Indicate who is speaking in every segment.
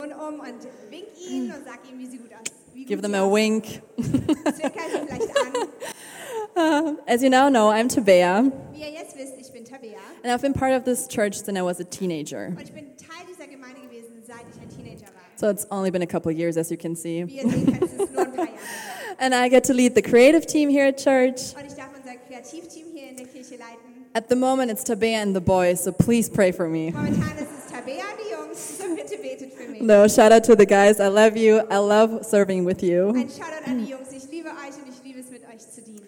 Speaker 1: rum und wink ihnen und sag ihnen, wie sie gut aus. Wie
Speaker 2: Give
Speaker 1: gut
Speaker 2: them
Speaker 1: sie
Speaker 2: a wink.
Speaker 1: aussehen. Zwinker sie vielleicht an.
Speaker 2: As you now know, I'm Tabea,
Speaker 1: Wie ihr jetzt wisst, ich bin Tabea
Speaker 2: and I've been part of this church since I was a teenager.
Speaker 1: und ich bin Teil dieser Gemeinde gewesen, seit ich ein Teenager war.
Speaker 2: So it's only been a couple years, as you can
Speaker 1: Wie
Speaker 2: see.
Speaker 1: ihr sehen könnt, ist es nur ein paar Jahre her.
Speaker 2: And I get to lead the creative team here at church.
Speaker 1: Und ich darf unser Kreativteam hier in der Kirche leiten.
Speaker 2: At the moment, it's Tabea and the boys, so please pray for me.
Speaker 1: Momentan ist es Tabea und die Jungs, so bitte betet für mich.
Speaker 2: No, shout out to the guys. I love you. I love serving with you.
Speaker 1: Ein Shoutout an die Jungs, ich liebe euch und ich liebe es, mit euch zu dienen.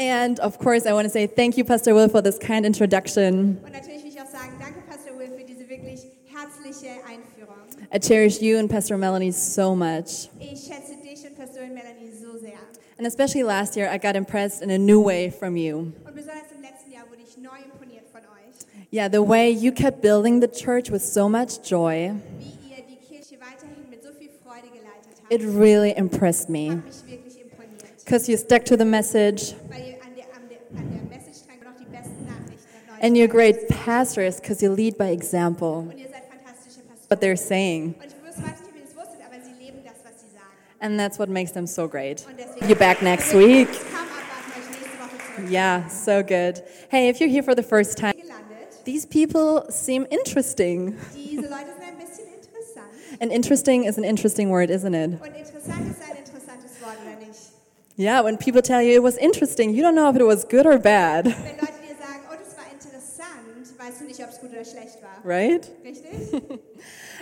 Speaker 2: And of course, I want to say thank you, Pastor Will, for this kind introduction.
Speaker 1: Und natürlich will ich auch sagen, danke Pastor Will für diese wirklich herzliche Einführung.
Speaker 2: I cherish you and Pastor Melanie so much.
Speaker 1: Ich schätze dich und Pastorin Melanie so sehr.
Speaker 2: And especially last year, I got impressed in a new way from you.
Speaker 1: Und besonders im letzten Jahr wurde ich neu imponiert von euch,
Speaker 2: Yeah, the way you kept building the church with so much joy,
Speaker 1: wie ihr die Kirche weiterhin mit so viel Freude geleitet habt.
Speaker 2: it really impressed me.
Speaker 1: hat mich wirklich imponiert,
Speaker 2: Because you stuck to the message,
Speaker 1: weil ihr an der, an der, an der Message dran noch die besten Nachrichten und Neuigkeiten
Speaker 2: and you're great pastors because you lead by example,
Speaker 1: Und ihr seid fantastische Pastoren.
Speaker 2: what they're saying.
Speaker 1: Und ich wusste, weiß nicht, ob ihr das wusstet, aber sie leben das, was sie sagen.
Speaker 2: And that's what makes them so great.
Speaker 1: Und deswegen Also,
Speaker 2: You're back next
Speaker 1: Wir sehen
Speaker 2: week.
Speaker 1: uns. Come up, warten euch nächste Woche zurück.
Speaker 2: Yeah, so good. Hey, if you're here for the first time,
Speaker 1: Gelandet.
Speaker 2: these people seem interesting.
Speaker 1: Diese Leute sind ein bisschen interessant.
Speaker 2: And interesting is an interesting word, isn't it?
Speaker 1: Und interessant ist ein interessantes Wort, oder nicht?
Speaker 2: Yeah, when people tell you it was interesting, you don't know if it was good or bad,
Speaker 1: Wenn Leute dir sagen, oh, das war interessant, weißt du nicht, ob es gut oder schlecht war.
Speaker 2: right?
Speaker 1: Richtig?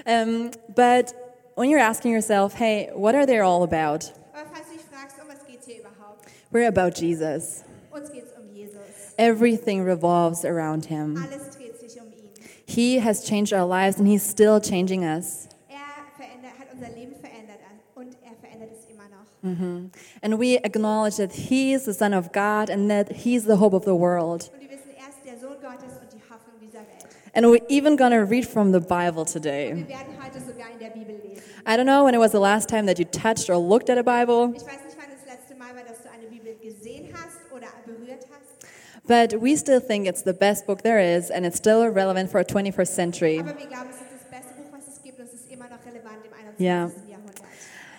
Speaker 2: Um, but when you're asking yourself, hey, what are they all about?
Speaker 1: Aber falls du dich fragst, um was geht's hier überhaupt?
Speaker 2: We're about Jesus.
Speaker 1: Uns geht's um Jesus.
Speaker 2: Everything revolves around him.
Speaker 1: Alles dreht sich um ihn.
Speaker 2: He has changed our lives and he's still changing us.
Speaker 1: Er verändert, hat unser Leben verändert und er verändert es immer noch.
Speaker 2: Mm-hmm. And we acknowledge that he is the Son of God and that he's the hope of the world.
Speaker 1: Und wir wissen, er ist der Sohn Gottes und die Hoffnung dieser Welt.
Speaker 2: And we're even going to read from the Bible
Speaker 1: Und
Speaker 2: today.
Speaker 1: wir werden heute sogar in der Bibel lesen.
Speaker 2: I don't know when it was the last time that you touched or looked at a Bible,
Speaker 1: Ich weiß nicht, wann das letzte Mal war, dass du eine Bibel gesehen hast oder berührt hast,
Speaker 2: but we still think it's the best book there is and it's still relevant for 21st century.
Speaker 1: aber wir glauben, es ist das beste Buch, was es gibt und es ist immer noch relevant im 21.
Speaker 2: Ja.
Speaker 1: Jahrhundert.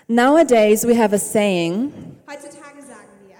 Speaker 2: Nowadays, we have a saying
Speaker 1: Heutzutage sagen wir,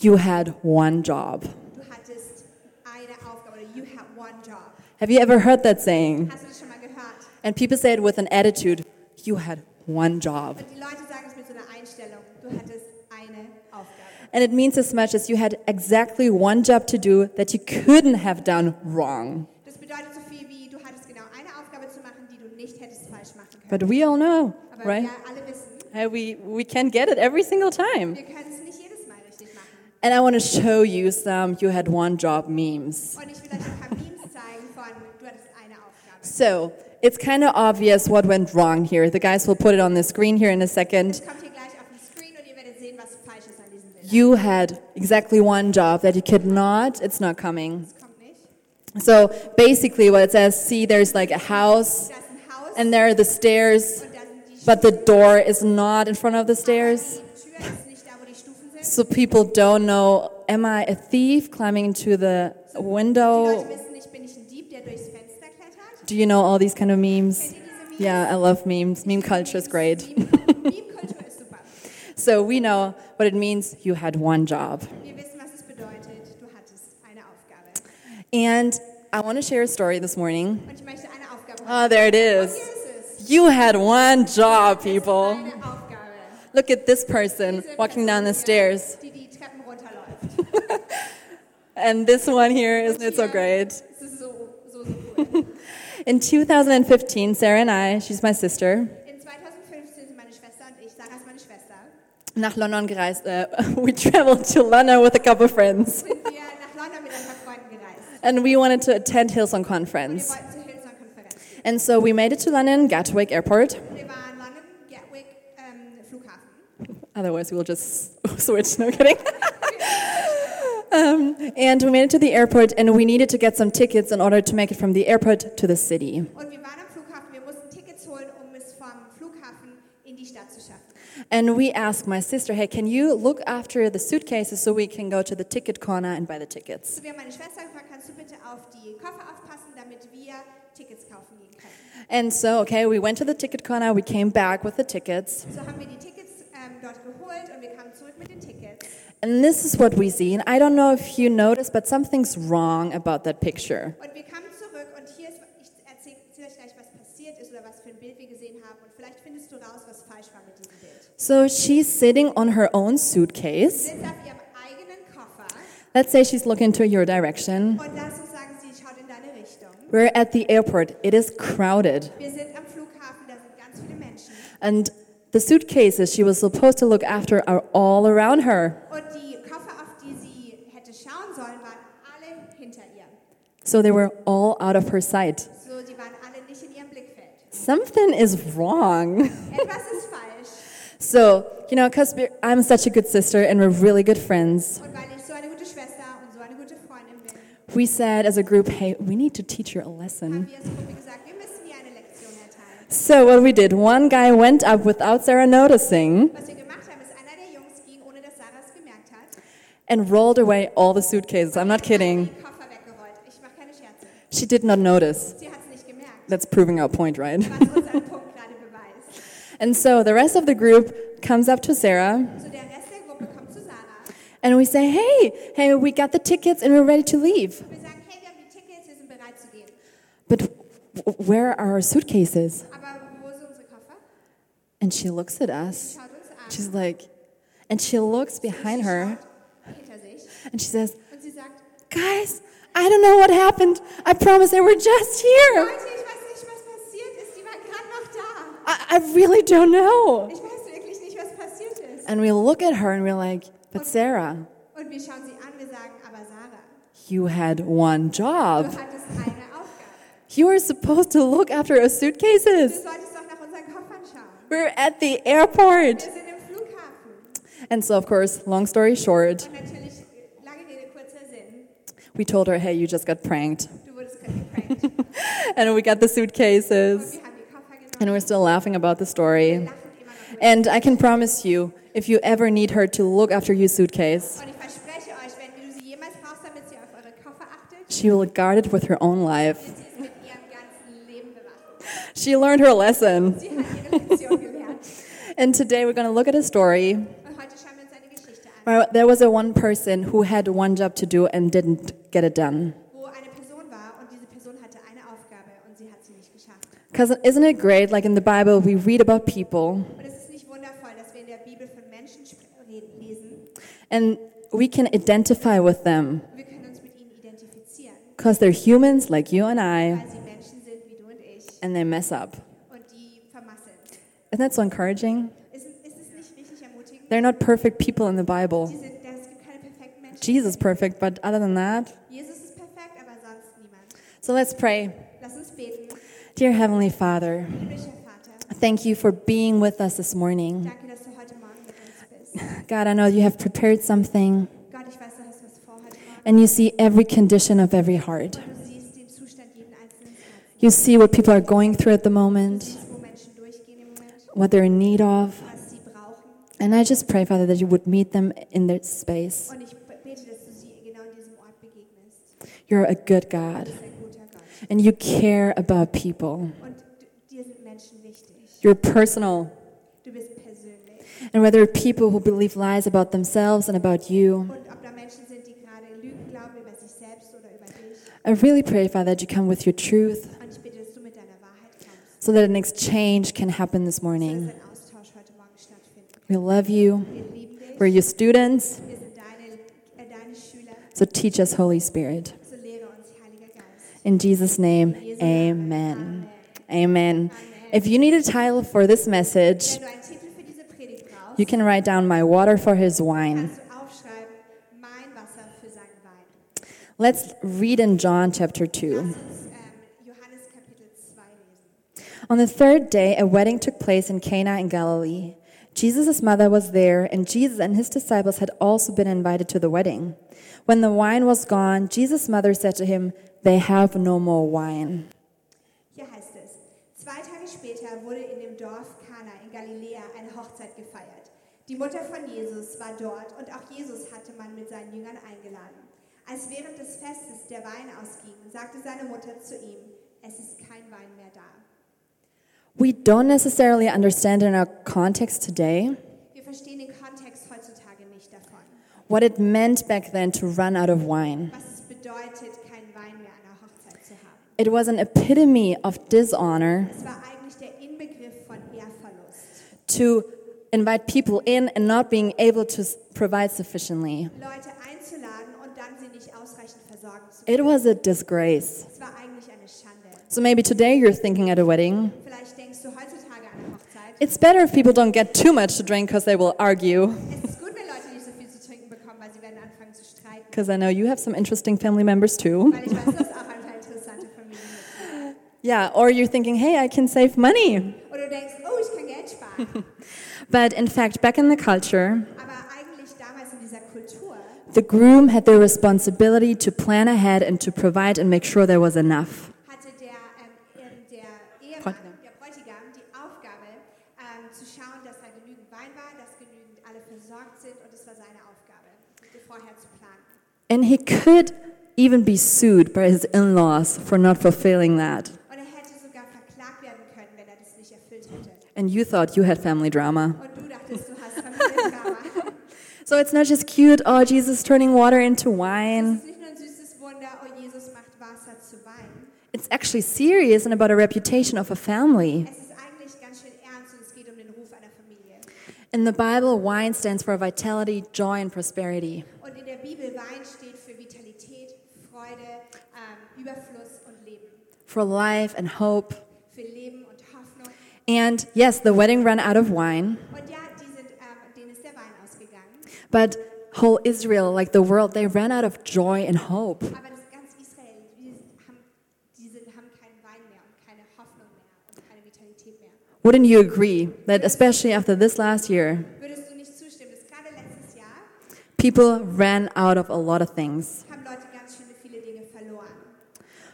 Speaker 2: you had one job.
Speaker 1: du hattest eine Aufgabe oder you had one job.
Speaker 2: Have you ever heard that saying?
Speaker 1: Hast du das schon mal gehört?
Speaker 2: And people say it with an attitude you had one job.
Speaker 1: Und die Leute sagen es mit so einer Einstellung, du hattest eine Aufgabe.
Speaker 2: And it means as much as you had exactly one job to do that you couldn't have done wrong.
Speaker 1: Das bedeutet so viel wie, du hattest genau eine Aufgabe zu machen, die du nicht hättest falsch machen können.
Speaker 2: But we all know,
Speaker 1: Aber
Speaker 2: right?
Speaker 1: wir alle wissen,
Speaker 2: Hey, we, we can get it every single time.
Speaker 1: wir können es nicht jedes Mal richtig machen.
Speaker 2: And I want to show you some you had one job memes.
Speaker 1: Und ich will euch ein paar Memes zeigen von, du hattest eine Aufgabe.
Speaker 2: So it's kind of obvious what went wrong here. The guys will put it on the screen here in a second.
Speaker 1: Das kommt hier gleich auf den Screen und ihr werdet sehen, was falsch ist an diesen Bildern.
Speaker 2: You had exactly one job that you could not, it's not coming.
Speaker 1: Das kommt nicht.
Speaker 2: So basically, what it says see, there's like a house,
Speaker 1: Da ist ein Haus
Speaker 2: and there are the stairs,
Speaker 1: und da sind die
Speaker 2: but the door is not in front of the stairs.
Speaker 1: Stufen. Die Tür ist nicht da, wo die Stufen sind.
Speaker 2: So people don't know am I a thief climbing into the
Speaker 1: Die Leute
Speaker 2: window?
Speaker 1: wissen nicht, bin ich ein Dieb, der durchs Fenster klettert?
Speaker 2: Do you know all these kind of memes?
Speaker 1: Kennt ihr diese Memes?
Speaker 2: Yeah, I love memes. Meme culture is great.
Speaker 1: Meme- Meme-Kultur ist super.
Speaker 2: So we know what it means you had one job.
Speaker 1: Wir wissen, was es bedeutet. Du hattest eine Aufgabe.
Speaker 2: And I want to share a story this morning.
Speaker 1: Und ich möchte eine Aufgabe
Speaker 2: Oh, there it
Speaker 1: Hier
Speaker 2: is.
Speaker 1: ist es.
Speaker 2: You had one job, people.
Speaker 1: Eine Aufgabe.
Speaker 2: Look at this person
Speaker 1: Diese
Speaker 2: walking down the
Speaker 1: Person
Speaker 2: stairs.
Speaker 1: hier, Die die Treppen runterläuft.
Speaker 2: And this one here, isn't it so
Speaker 1: Hier.
Speaker 2: great?
Speaker 1: Es ist so, so, so cool.
Speaker 2: In 2015, Sarah and I, she's my sister,
Speaker 1: In 2015 sind meine Schwester und ich, Sarah ist meine Schwester,
Speaker 2: nach London gereist. Uh, we traveled to London with a couple of friends.
Speaker 1: sind wir nach London mit ein paar Freunden gereist.
Speaker 2: And we wanted to attend Hillsong
Speaker 1: Und wir
Speaker 2: Conference.
Speaker 1: wollten zur Hillsong-Konferenz gehen.
Speaker 2: And so we made it to London, Gatwick Airport.
Speaker 1: Und wir waren in London, Gatwick, ähm, Flughafen.
Speaker 2: Otherwise, we'll just switch. No kidding. um, and we made it to the airport, and we needed to get some tickets in order to make it from the airport to the city.
Speaker 1: Und wir waren am Flughafen, wir mussten Tickets holen, um um es vom Flughafen in die Stadt zu schaffen.
Speaker 2: And we asked my sister, hey, can you look after the suitcases so we can go to the ticket corner and buy the tickets?
Speaker 1: So Also wir haben meine Schwester gefragt, kannst du bitte auf die Koffer aufpassen, damit wir Tickets kaufen gehen können.
Speaker 2: And so, okay, we went to the ticket corner, we came back with the tickets.
Speaker 1: So haben wir die Tickets ähm, dort geholt und wir kamen zurück mit den Tickets.
Speaker 2: And this is what we see. And I don't know if you noticed, but something's wrong about that picture.
Speaker 1: Und wir kamen zurück und hier ist, ich erzähle euch gleich, was passiert ist oder was für ein Bild wir gesehen haben. Und vielleicht findest du raus, was falsch war mit diesem Bild.
Speaker 2: So she's sitting on her own
Speaker 1: Sie
Speaker 2: suitcase.
Speaker 1: sitzt auf ihrem eigenen Koffer
Speaker 2: Let's say she's looking to your direction.
Speaker 1: und lass uns sagen, sie schaut in deine Richtung.
Speaker 2: We're at the airport, it is crowded.
Speaker 1: Wir sind am Flughafen, da sind ganz viele Menschen.
Speaker 2: And the suitcases she was supposed to look after are all around her.
Speaker 1: Und die Koffer, auf die sie hätte schauen sollen, waren alle hinter ihr.
Speaker 2: So they were all out of her sight.
Speaker 1: So, die waren alle nicht in ihrem Blickfeld.
Speaker 2: Something is wrong.
Speaker 1: Etwas ist falsch.
Speaker 2: So, you know, because I'm such a good sister and we're really good friends,
Speaker 1: Und weil ich so eine gute Schwester und so eine gute Freundin bin,
Speaker 2: we said as a group, hey, we need to teach her a lesson.
Speaker 1: haben wir als Gruppe gesagt, wir müssen ihr eine Lektion erteilen.
Speaker 2: So, what we did, one guy went up without Sarah noticing
Speaker 1: Was wir gemacht haben, ist, einer der Jungs ging, ohne dass Sarah es gemerkt hat,
Speaker 2: and rolled away all the suitcases. I'm not kidding.
Speaker 1: die Koffer weggerollt. Ich mache keine Scherze.
Speaker 2: She did not notice.
Speaker 1: Sie hat es nicht gemerkt,
Speaker 2: That's proving our point, right?
Speaker 1: was unser Punkt gerade beweist.
Speaker 2: And so the rest of the group comes up to Sarah
Speaker 1: So, der Rest der Gruppe kommt zu Sarah.
Speaker 2: and we say, hey, hey, we got the tickets and we're ready to leave.
Speaker 1: Wir sagen, hey, wir haben die Tickets, wir sind bereit zu gehen.
Speaker 2: But w- where are our suitcases?
Speaker 1: Aber wo sind unsere Koffer?
Speaker 2: And she looks at us.
Speaker 1: Schaut uns an.
Speaker 2: She's like, and she looks behind her
Speaker 1: Schaut hinter sich
Speaker 2: and she says,
Speaker 1: und sie sagt,
Speaker 2: guys, I don't know what happened. I promise they were just here.
Speaker 1: Leute, ich weiß nicht, was passiert ist. Die waren gerade noch da.
Speaker 2: I, I really don't know.
Speaker 1: Ich weiß wirklich nicht, was passiert ist.
Speaker 2: And we look at her and we're like, but Sarah,
Speaker 1: Und wir schauen sie an, wir sagen, aber Sarah,
Speaker 2: you had one job.
Speaker 1: du hattest eine Aufgabe.
Speaker 2: You were supposed to look after our
Speaker 1: Du
Speaker 2: suitcases.
Speaker 1: solltest doch nach unseren Koffern schauen.
Speaker 2: We're at the airport.
Speaker 1: Wir sind im Flughafen.
Speaker 2: And so, of course, long story short,
Speaker 1: Und natürlich, äh, lange Rede, kurzer Sinn,
Speaker 2: we told her, hey, you just got pranked.
Speaker 1: du wurdest gerade geprankt. Und
Speaker 2: And we got the suitcases.
Speaker 1: wir haben die Koffer
Speaker 2: And
Speaker 1: genommen.
Speaker 2: we're still laughing about the story.
Speaker 1: Lachend immer noch. mit.
Speaker 2: And I can promise you, if you ever need her to look after your suitcase,
Speaker 1: Und ich verspreche euch, wenn du sie jemals brauchst, damit sie auf eure Koffer achtet,
Speaker 2: she will guard it with her own life.
Speaker 1: wird sie es mit ihrem ganzen Leben bewachen.
Speaker 2: She learned her lesson.
Speaker 1: Sie hat ihre Lektion gelernt.
Speaker 2: And today we're going to look at a story
Speaker 1: Und heute schauen wir uns eine Geschichte an,
Speaker 2: where there was a one person who had one job to do and didn't get it done.
Speaker 1: wo eine Person war und diese Person hatte eine Aufgabe und sie hat sie nicht geschafft.
Speaker 2: Because isn't it great? Like in the Bible, we read about people
Speaker 1: Und es ist nicht wundervoll, dass wir in der Bibel von Menschen spr- reden, lesen.
Speaker 2: and we can identify with them
Speaker 1: Wir können uns mit ihnen identifizieren,
Speaker 2: because they're humans like you and I
Speaker 1: weil sie Menschen sind wie du und ich
Speaker 2: and they mess up.
Speaker 1: und die vermasseln.
Speaker 2: Isn't that so encouraging?
Speaker 1: Ist, ist es nicht richtig ermutigend?
Speaker 2: They're not perfect people in the Bible.
Speaker 1: Die sind, es gibt keine perfekten Menschen.
Speaker 2: Jesus perfect, but other than that,
Speaker 1: Jesus ist perfekt, aber sonst niemand.
Speaker 2: so let's pray.
Speaker 1: Lass uns beten.
Speaker 2: Dear Heavenly Father,
Speaker 1: Himmlischer Vater,
Speaker 2: thank you for being with us this morning.
Speaker 1: danke, dass du heute Morgen mit uns bist.
Speaker 2: God, I know you have prepared something
Speaker 1: Gott, ich weiß, du hast was vor heute Morgen.
Speaker 2: and you see every condition of every heart.
Speaker 1: Du siehst den Zustand jeden einzelnen Herzens.
Speaker 2: You see what people are going through at the
Speaker 1: Du
Speaker 2: moment,
Speaker 1: siehst, wo Menschen durchgehen im Moment,
Speaker 2: what they're in need of.
Speaker 1: was sie brauchen.
Speaker 2: And I just pray, Father, that you would meet them in their space.
Speaker 1: Und ich bete, dass du sie genau in diesem Ort begegnest.
Speaker 2: You're a good
Speaker 1: Du
Speaker 2: God
Speaker 1: bist ein guter Gott.
Speaker 2: and you care about people.
Speaker 1: Und du- dir sind Menschen wichtig.
Speaker 2: You're personal.
Speaker 1: Du bist persönlich.
Speaker 2: And whether people who believe lies about themselves and about you,
Speaker 1: Und ob da Menschen sind, die gerade Lügen glauben über sich selbst oder über dich.
Speaker 2: I really pray, Father, that you come with your truth.
Speaker 1: Und ich bitte, dass du mit deiner Wahrheit kommst.
Speaker 2: so that an exchange can happen this
Speaker 1: Dass
Speaker 2: morning.
Speaker 1: ein Austausch heute Morgen stattfindet.
Speaker 2: We love you.
Speaker 1: Wir lieben dich.
Speaker 2: We're your students,
Speaker 1: Wir sind deine, äh, deine Schüler.
Speaker 2: so teach us, Holy Spirit.
Speaker 1: So lehre uns, Heiliger Geist.
Speaker 2: In Jesus' name,
Speaker 1: In Jesu Namen.
Speaker 2: amen. Amen. If you need a title for this
Speaker 1: Wenn
Speaker 2: message,
Speaker 1: du einen Titel für diese Predigt brauchst,
Speaker 2: you can write down My Water for His Wine.
Speaker 1: kannst du aufschreiben, mein Wasser für seinen Wein.
Speaker 2: Let's read in John chapter 2.
Speaker 1: Lass uns ähm, Johannes Kapitel 2 lesen.
Speaker 2: On the third day, a wedding took place in Cana in Galilee. Jesus' mother was there, and Jesus and his disciples had also been invited to the wedding. When the wine was gone, Jesus' mother said to him, They have no more wine.
Speaker 1: Hier heißt es, zwei Tage später Jahr wurde in dem Dorf Kana in Galiläa eine Hochzeit gefeiert. Die Mutter von Jesus war dort und auch Jesus hatte man mit seinen Jüngern eingeladen. Als während des Festes der Wein ausging, sagte seine Mutter zu ihm, es ist kein Wein mehr da.
Speaker 2: We don't necessarily understand in our context today
Speaker 1: Wir verstehen den Kontext heutzutage nicht davon,
Speaker 2: what it meant back then to run out of wine.
Speaker 1: was es bedeutet, keinen Wein mehr an der Hochzeit zu haben.
Speaker 2: It was an epitome of dishonor
Speaker 1: Es war eigentlich der Inbegriff von Ehrverlust.
Speaker 2: to invite people in and not being able to s- provide sufficiently.
Speaker 1: Leute einzuladen und dann sie nicht ausreichend versorgen zu
Speaker 2: It was a disgrace.
Speaker 1: Es war eigentlich eine Schande.
Speaker 2: So maybe today you're thinking at a wedding,
Speaker 1: Vielleicht denkst du heutzutage an eine Hochzeit.
Speaker 2: it's better if people don't get too much to drink because they will argue.
Speaker 1: Es ist gut, wenn Leute nicht so viel zu trinken bekommen, weil sie werden anfangen zu streiten.
Speaker 2: Because I know you have some interesting family members too.
Speaker 1: Weil ich weiß, dass auch ein paar interessante Familien gibt.
Speaker 2: Yeah, or you're thinking, hey, I can save money.
Speaker 1: Und du denkst, oh, ich kann Geld sparen.
Speaker 2: But in fact, back in the culture,
Speaker 1: Aber eigentlich damals in dieser Kultur
Speaker 2: the groom had the responsibility to plan ahead and to provide and make sure there was enough.
Speaker 1: hatte der, ähm, ähm, der Ehemann, der Bräutigam, die Aufgabe, ähm, zu schauen, dass da genügend Wein war, dass genügend alle versorgt sind. Und es war seine Aufgabe, vorher zu planen.
Speaker 2: And he could even be sued by his in laws for not fulfilling that.
Speaker 1: Und er hätte sogar verklagt werden können, wenn er das nicht erfüllt hätte.
Speaker 2: And you thought you had family drama.
Speaker 1: Und du dachtest, du hast Familiendrama.
Speaker 2: So it's not just cute, oh, Jesus turning water into
Speaker 1: Es
Speaker 2: wine.
Speaker 1: ist nicht nur ein süßes Wunder, oh Jesus macht Wasser zu Wein.
Speaker 2: It's actually serious and about a reputation of a family.
Speaker 1: Es ist eigentlich ganz schön ernst und es geht um den Ruf einer Familie.
Speaker 2: In the Bible, wine stands for vitality, joy, and prosperity.
Speaker 1: Und in der Bibel Wein steht für Vitalität, Freude, ähm, Überfluss und Leben.
Speaker 2: for life and hope.
Speaker 1: Für Leben und Hoffnung.
Speaker 2: And yes, the wedding ran out of wine,
Speaker 1: Und ja, die sind, ähm, denen ist der Wein ausgegangen.
Speaker 2: but whole Israel, like the world, they ran out of joy and hope.
Speaker 1: Aber das ganz Israel, die haben, die sind, haben keinen Wein mehr und keine Hoffnung mehr und keine Vitalität mehr.
Speaker 2: Wouldn't you agree that, especially after this last year,
Speaker 1: Würdest du nicht zustimmen, dass gerade letztes Jahr
Speaker 2: people ran out of a lot of things?
Speaker 1: haben Leute ganz schön viele Dinge verloren.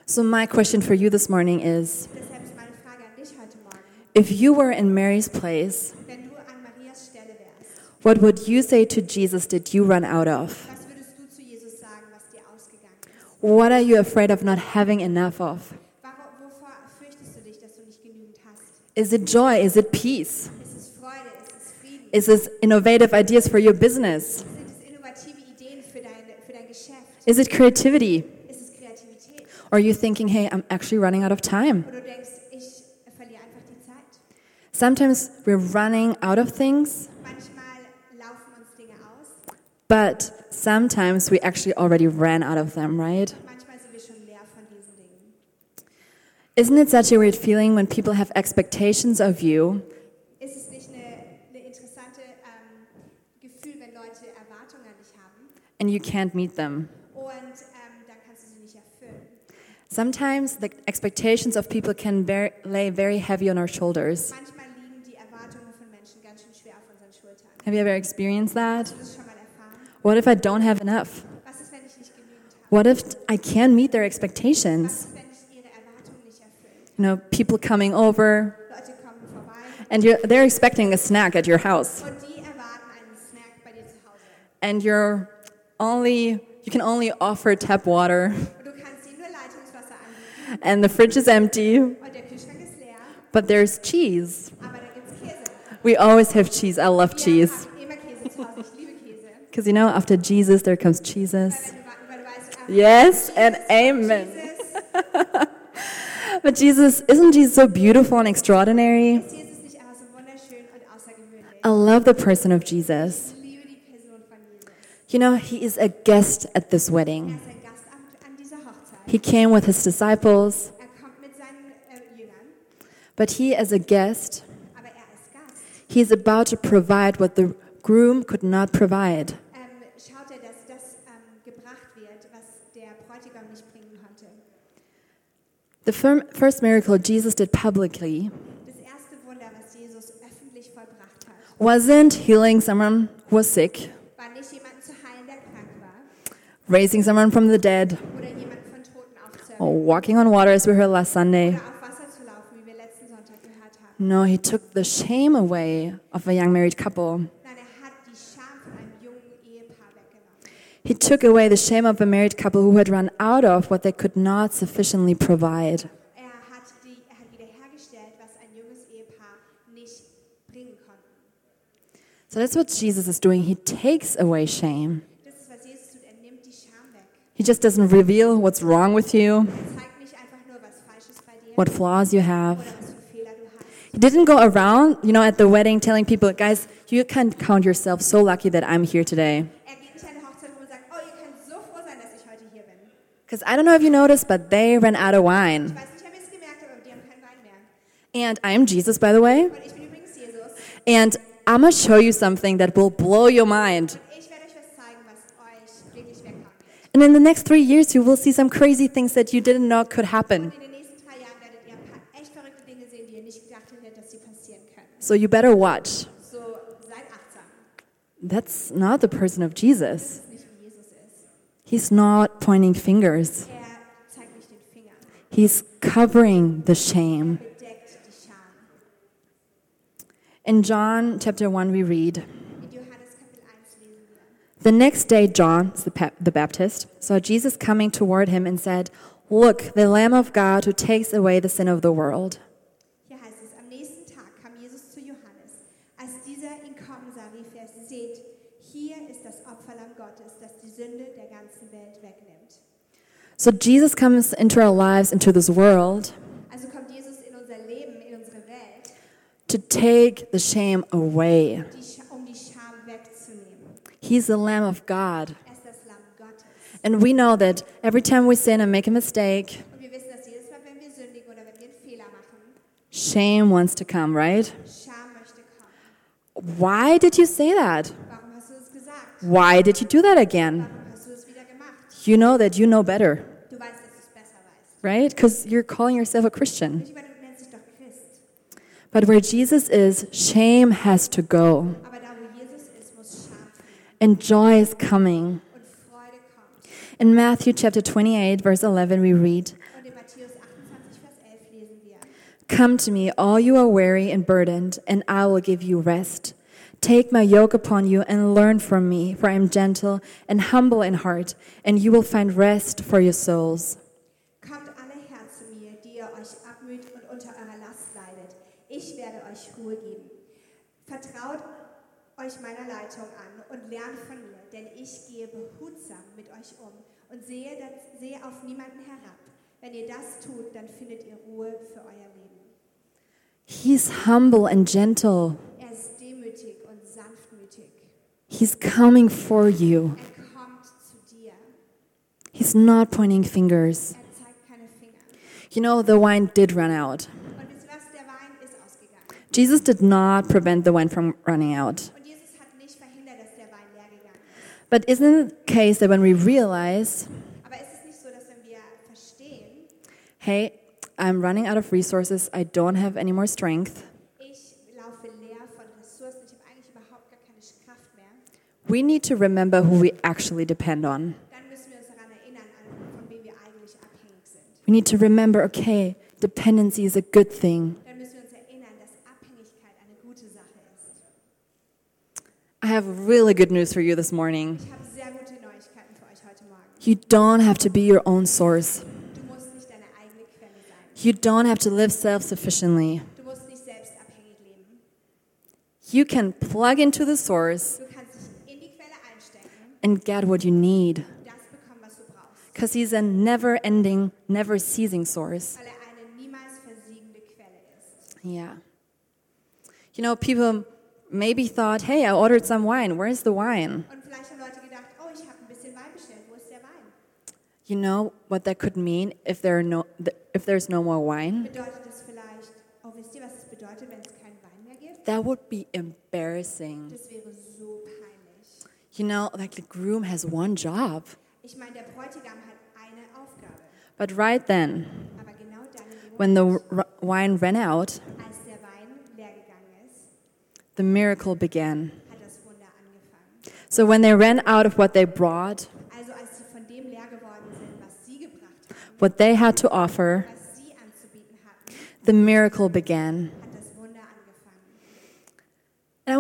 Speaker 2: So, my question for you this morning is
Speaker 1: Deshalb ist meine Frage an dich heute Morgen.
Speaker 2: if you were in Mary's place,
Speaker 1: Wenn du an Marias Stelle wärst,
Speaker 2: what would you say to Jesus did you run out of?
Speaker 1: was würdest du zu Jesus sagen, was dir ausgegangen ist?
Speaker 2: What are you afraid of not having enough of?
Speaker 1: Warum, wovor fürchtest du dich, dass du nicht genügend hast?
Speaker 2: Is it joy? Is it
Speaker 1: Ist
Speaker 2: peace?
Speaker 1: es Freude? Ist es Frieden?
Speaker 2: Is this innovative ideas for your business?
Speaker 1: Sind es innovative Ideen für dein, für dein Geschäft?
Speaker 2: Is it
Speaker 1: Ist
Speaker 2: creativity?
Speaker 1: es Kreativität?
Speaker 2: Or are you thinking, hey, I'm actually running out of time?
Speaker 1: Oder du denkst, ich verliere einfach die Zeit?
Speaker 2: Sometimes we're running out of things,
Speaker 1: Manchmal laufen uns Dinge aus,
Speaker 2: but sometimes we actually already ran out of them, right?
Speaker 1: manchmal sind wir schon leer von diesen Dingen.
Speaker 2: Isn't it such a weird feeling when people have expectations of you,
Speaker 1: Ist es nicht eine, eine interessante ähm, Gefühl, wenn Leute Erwartungen an dich haben
Speaker 2: and you can't meet them?
Speaker 1: und ähm, dann kannst du sie nicht erfüllen?
Speaker 2: Sometimes the expectations of people can bear, lay very heavy on our shoulders.
Speaker 1: Manchmal liegen die Erwartungen von Menschen ganz schön schwer auf unseren Schultern.
Speaker 2: Have you ever experienced that?
Speaker 1: Hast du das schon mal erfahren?
Speaker 2: What if I don't have enough?
Speaker 1: Was ist, wenn ich nicht genügend habe?
Speaker 2: What if I can meet their
Speaker 1: Was
Speaker 2: expectations?
Speaker 1: ist, wenn ich ihre Erwartungen nicht erfülle?
Speaker 2: You know, people coming over,
Speaker 1: Leute kommen vorbei
Speaker 2: and you're, they're expecting a snack at your house.
Speaker 1: und die erwarten einen Snack bei dir zu Hause.
Speaker 2: and you're only you can only offer tap water
Speaker 1: Und du kannst ihnen nur Leitungswasser anbieten
Speaker 2: and the fridge is empty
Speaker 1: und der Kühlschrank ist leer,
Speaker 2: but there's cheese
Speaker 1: aber da gibt es Käse.
Speaker 2: we always have cheese i love
Speaker 1: Wir
Speaker 2: cheese
Speaker 1: haben immer Käse zu Hause. Ich liebe Käse.
Speaker 2: because you know after jesus there comes
Speaker 1: Weil wenn
Speaker 2: jesus
Speaker 1: du wa- weil du weißt, ah,
Speaker 2: yes and amen
Speaker 1: Jesus,
Speaker 2: but jesus isn't jesus so beautiful and extraordinary
Speaker 1: ist Jesus nicht einfach so wunderschön und außergewöhnlich?
Speaker 2: i love the person of jesus
Speaker 1: Ich liebe die Person von Jesus.
Speaker 2: you know he is a guest at this
Speaker 1: Er
Speaker 2: wedding
Speaker 1: ist ein Gast an, an dieser Hochzeit.
Speaker 2: he came with his disciples
Speaker 1: Er kommt mit seinen äh, Jüngern,
Speaker 2: but he as a guest
Speaker 1: aber er ist Gast.
Speaker 2: he is about to provide what the groom could not provide
Speaker 1: Ähm, schaut er, dass das ähm, gebracht wird, was der Bräutigam nicht bringen konnte.
Speaker 2: The fir- first miracle Jesus did publicly
Speaker 1: Das erste Wunder, was Jesus öffentlich vollbracht hat,
Speaker 2: wasn't healing someone who was sick,
Speaker 1: war nicht jemanden zu heilen, der krank war,
Speaker 2: raising someone from the dead,
Speaker 1: oder jemanden von Toten aufzuerwecken,
Speaker 2: or walking on water as we heard last Sunday.
Speaker 1: oder auf Wasser zu laufen, wie wir letzten Sonntag gehört haben.
Speaker 2: No, he took the shame away of a young married couple.
Speaker 1: Nein, er hat die Scham von einem jungen Ehepaar weggenommen.
Speaker 2: He took away the shame of a married couple who had run out of what they could not sufficiently provide.
Speaker 1: Er hat, die, er hat wiederhergestellt, was ein junges Ehepaar nicht bringen konnte.
Speaker 2: So that's what Jesus is doing. He takes away shame.
Speaker 1: Das ist, was Jesus tut. Er nimmt die Scham weg.
Speaker 2: He just doesn't reveal what's wrong with you,
Speaker 1: Er zeigt nicht einfach nur, was falsch ist bei dir
Speaker 2: what flaws you
Speaker 1: oder
Speaker 2: have.
Speaker 1: was für Fehler du hast.
Speaker 2: He didn't go around, you know, at the wedding telling people, guys, you can count yourself so lucky that I'm here today.
Speaker 1: Er geht nicht an die Hochzeit rum und sagt, oh, ihr könnt so froh sein, dass ich heute hier bin.
Speaker 2: Because I don't know if you noticed, but they ran out of wine.
Speaker 1: Ich weiß nicht, ob ihr es gemerkt habt, aber die haben keinen Wein mehr.
Speaker 2: And I'm Jesus, by the way.
Speaker 1: Und ich bin übrigens Jesus.
Speaker 2: And I'm going to show you something that will blow your mind.
Speaker 1: Ich werde euch was zeigen, was euch wirklich weghauen wird.
Speaker 2: And in the next three years, you will see some crazy things that you didn't know could
Speaker 1: Und
Speaker 2: happen.
Speaker 1: in den nächsten drei Jahren werdet ihr ein paar echt verrückte Dinge sehen, die ihr nicht gedacht hättet, dass sie passieren können.
Speaker 2: So you better watch.
Speaker 1: So, seid achtsam.
Speaker 2: That's not the person of Jesus.
Speaker 1: Das ist nicht, wie Jesus ist.
Speaker 2: He's not pointing fingers,
Speaker 1: Er zeigt nicht den Finger.
Speaker 2: he's covering the shame.
Speaker 1: Bedeckt die Scham.
Speaker 2: In John chapter 1, we read
Speaker 1: In Johannes Kapitel 1 lesen wir.
Speaker 2: The next day, John, the, pap- the Baptist, saw Jesus coming toward him and said, Look, the Lamb of God who takes away the sin of the world.
Speaker 1: Hier heißt es, am nächsten Tag kam Jesus zu Johannes. Als dieser ihn kommen sah, rief er, seht, hier ist das Opferlamm Gottes, das die Sünde der ganzen Welt wegnimmt.
Speaker 2: So Jesus comes into our lives, into this world,
Speaker 1: Also kommt Jesus in unser Leben, in unsere Welt,
Speaker 2: to take the shame away.
Speaker 1: die Sch- um die Scham wegzunehmen.
Speaker 2: He's the Lamb of God.
Speaker 1: Er ist das Lamm Gottes.
Speaker 2: And we know that every time we sin and make a mistake,
Speaker 1: Und wir wissen, dass jedes Mal, wenn wir sündigen oder wenn wir einen Fehler machen,
Speaker 2: shame wants to come, right?
Speaker 1: Scham möchte kommen.
Speaker 2: Why did you say that?
Speaker 1: Warum hast du das gesagt?
Speaker 2: Why did you do that again?
Speaker 1: Warum hast du es wieder gemacht?
Speaker 2: You know that you know better,
Speaker 1: Du weißt, dass du es besser weißt.
Speaker 2: right? Because you're calling yourself a Christian.
Speaker 1: Ich meine, du nennst dich doch Christ.
Speaker 2: But where Jesus is, shame has to go,
Speaker 1: Aber da, wo Jesus ist, muss Scham fliehen
Speaker 2: and joy is coming.
Speaker 1: und Freude kommt.
Speaker 2: In Matthew chapter 28, verse 11, we read,
Speaker 1: Und in Matthäus 28, Vers 11 lesen wir:
Speaker 2: Come to me, all you are weary and burdened, and I will give you rest. Take my yoke upon you and learn from me, for I am gentle and humble in heart, and you will find rest for your souls.
Speaker 1: Kommt alle her zu mir, die ihr euch abmüht und unter eurer Last leidet. Ich werde euch Ruhe geben. Vertraut euch meiner Leitung an und lernt von mir, denn ich gehe behutsam mit euch um und sehe, dass, sehe auf niemanden herab. Wenn ihr das tut, dann findet ihr Ruhe für euer Leben.
Speaker 2: He's humble and gentle.
Speaker 1: Er ist demütig und sanftmütig.
Speaker 2: He's coming for you.
Speaker 1: Er kommt zu dir.
Speaker 2: He's not pointing fingers.
Speaker 1: Er zeigt keine Finger.
Speaker 2: You know, the wine did run out.
Speaker 1: Und wisst ihr was? Der Wein ist ausgegangen.
Speaker 2: Jesus did not prevent the wine from running out.
Speaker 1: Und Jesus hat nicht verhindert, dass der Wein leer gegangen ist.
Speaker 2: But isn't it the case that when we realize,
Speaker 1: Aber ist es nicht so, dass wenn wir verstehen,
Speaker 2: hey, I'm running out of resources, I don't have any more strength,
Speaker 1: ich laufe leer von Ressourcen, ich habe eigentlich überhaupt gar keine Kraft mehr,
Speaker 2: we need to remember who we actually depend on.
Speaker 1: dann müssen wir uns daran erinnern, an- von wem wir eigentlich abhängig sind.
Speaker 2: We need to remember, okay, dependency is a good thing.
Speaker 1: Dann müssen wir uns erinnern, dass Abhängigkeit eine gute Sache ist.
Speaker 2: I have really good news for you this morning.
Speaker 1: Ich habe sehr gute Neuigkeiten für euch heute Morgen.
Speaker 2: You don't have to be your own source.
Speaker 1: Du musst nicht deine eigene Quelle sein.
Speaker 2: You don't have to live self sufficiently.
Speaker 1: Du musst nicht selbst abhängig leben.
Speaker 2: You can plug into the source
Speaker 1: Du kannst dich in die Quelle einstecken,
Speaker 2: and get what you need
Speaker 1: das bekommen, was du brauchst.
Speaker 2: because He's a never ending, never ceasing source.
Speaker 1: weil er eine niemals versiegende Quelle ist.
Speaker 2: Yeah. You know, people maybe thought, hey, I ordered some wine. Where's the wine?
Speaker 1: Und vielleicht haben Leute gedacht, oh, ich habe ein bisschen Wein bestellt, wo ist der Wein?
Speaker 2: You know what that could mean if, there are no, th- if there's no more wine?
Speaker 1: Bedeutet das vielleicht, oh, wisst ihr, was es bedeutet, wenn es keinen Wein mehr gibt?
Speaker 2: That would be embarrassing.
Speaker 1: Das wäre so peinlich.
Speaker 2: You know, like the groom has one job.
Speaker 1: Ich meine, der Bräutigam hat eine Aufgabe.
Speaker 2: But right then,
Speaker 1: Aber genau dann, in dem
Speaker 2: when the
Speaker 1: Moment,
Speaker 2: r- wine ran out,
Speaker 1: als der Wein leer gegangen ist,
Speaker 2: the miracle began.
Speaker 1: hat das Wunder angefangen.
Speaker 2: So when they ran out of what they brought,
Speaker 1: Also als sie von dem leer geworden sind, was sie gebracht haben,
Speaker 2: what they had to offer,
Speaker 1: was sie anzubieten hatten,
Speaker 2: the miracle began.
Speaker 1: hat das Wunder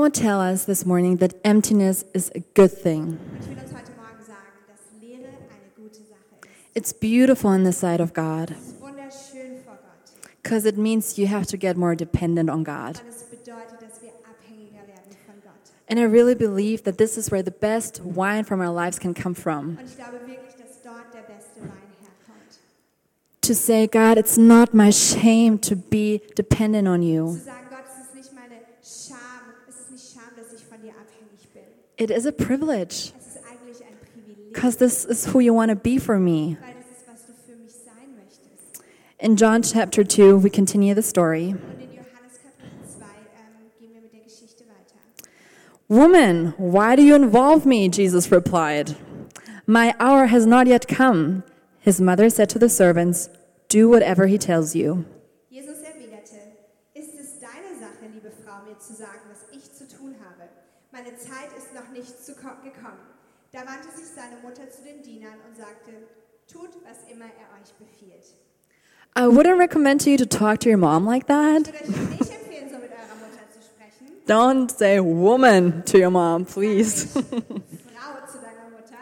Speaker 2: want to tell us this morning that emptiness is a good thing.
Speaker 1: Und ich will uns heute Morgen sagen, dass Leere eine gute Sache ist.
Speaker 2: It's beautiful in the sight of God
Speaker 1: Es ist wunderschön vor Gott.
Speaker 2: because it means you have to get more dependent on God.
Speaker 1: Und es bedeutet, dass wir abhängiger werden von Gott.
Speaker 2: And I really believe that this is where the best wine from our lives can come from.
Speaker 1: Und ich glaube wirklich, dass dort der beste Wein herkommt.
Speaker 2: To say, God, it's not my shame to be dependent on
Speaker 1: Zu
Speaker 2: you.
Speaker 1: sagen, Gott, es ist nicht meine Scham, es ist nicht Scham, dass ich von dir abhängig bin.
Speaker 2: It is a privilege
Speaker 1: Es ist eigentlich ein Privileg,
Speaker 2: because this is who you want to be for me.
Speaker 1: weil das ist, was du für mich sein möchtest.
Speaker 2: In John chapter 2, we continue the story.
Speaker 1: Und in Johannes Kapitel 2 ähm, gehen wir mit der Geschichte weiter.
Speaker 2: Woman, why do you involve me? Jesus replied. My hour has not yet come. His mother said to the servants, Do whatever he tells you.
Speaker 1: Jesus erwiderte, ist es deine Sache, liebe Frau, mir zu sagen, was ich zu tun habe? Meine Zeit ist noch nicht zu ko- gekommen. Da wandte sich seine Mutter zu den Dienern und sagte, tut, was immer er euch befiehlt.
Speaker 2: I wouldn't recommend to you to talk to your mom like
Speaker 1: Ich
Speaker 2: that.
Speaker 1: würde euch nicht empfehlen, so mit eurer Mutter zu sprechen.
Speaker 2: Don't say woman to your mom, please.
Speaker 1: Frau zu deiner Mutter.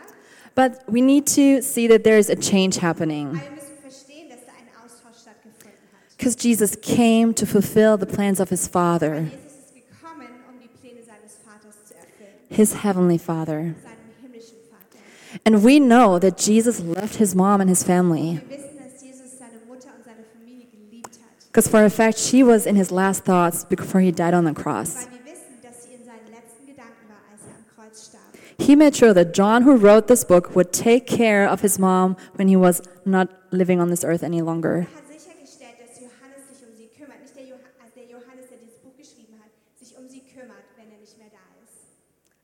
Speaker 2: But we need to see that there is a change happening
Speaker 1: Aber wir müssen verstehen, dass da ein Austausch stattgefunden hat.
Speaker 2: because Jesus came to fulfill the plans of his Father,
Speaker 1: Jesus ist gekommen, um die Pläne seines Vaters zu erfüllen,
Speaker 2: his heavenly Father.
Speaker 1: seinem himmlischen Vater.
Speaker 2: And we know that Jesus left his mom and his family
Speaker 1: Wir wissen, dass Jesus seine Mutter und seine Familie geliebt hat.
Speaker 2: because, for a fact, she was in his last thoughts before he died on the cross.
Speaker 1: Weil wir wissen, dass sie in seinen letzten Gedanken war, als er am Kreuz starb.
Speaker 2: He made sure that John, who wrote this book, would take care of his mom when he was not living on this earth any longer.
Speaker 1: Er hat sichergestellt, dass Johannes sich um sie kümmert. Nicht der, Joha- also der Johannes, der dieses Buch geschrieben hat, sich um sie kümmert, wenn er nicht mehr da ist.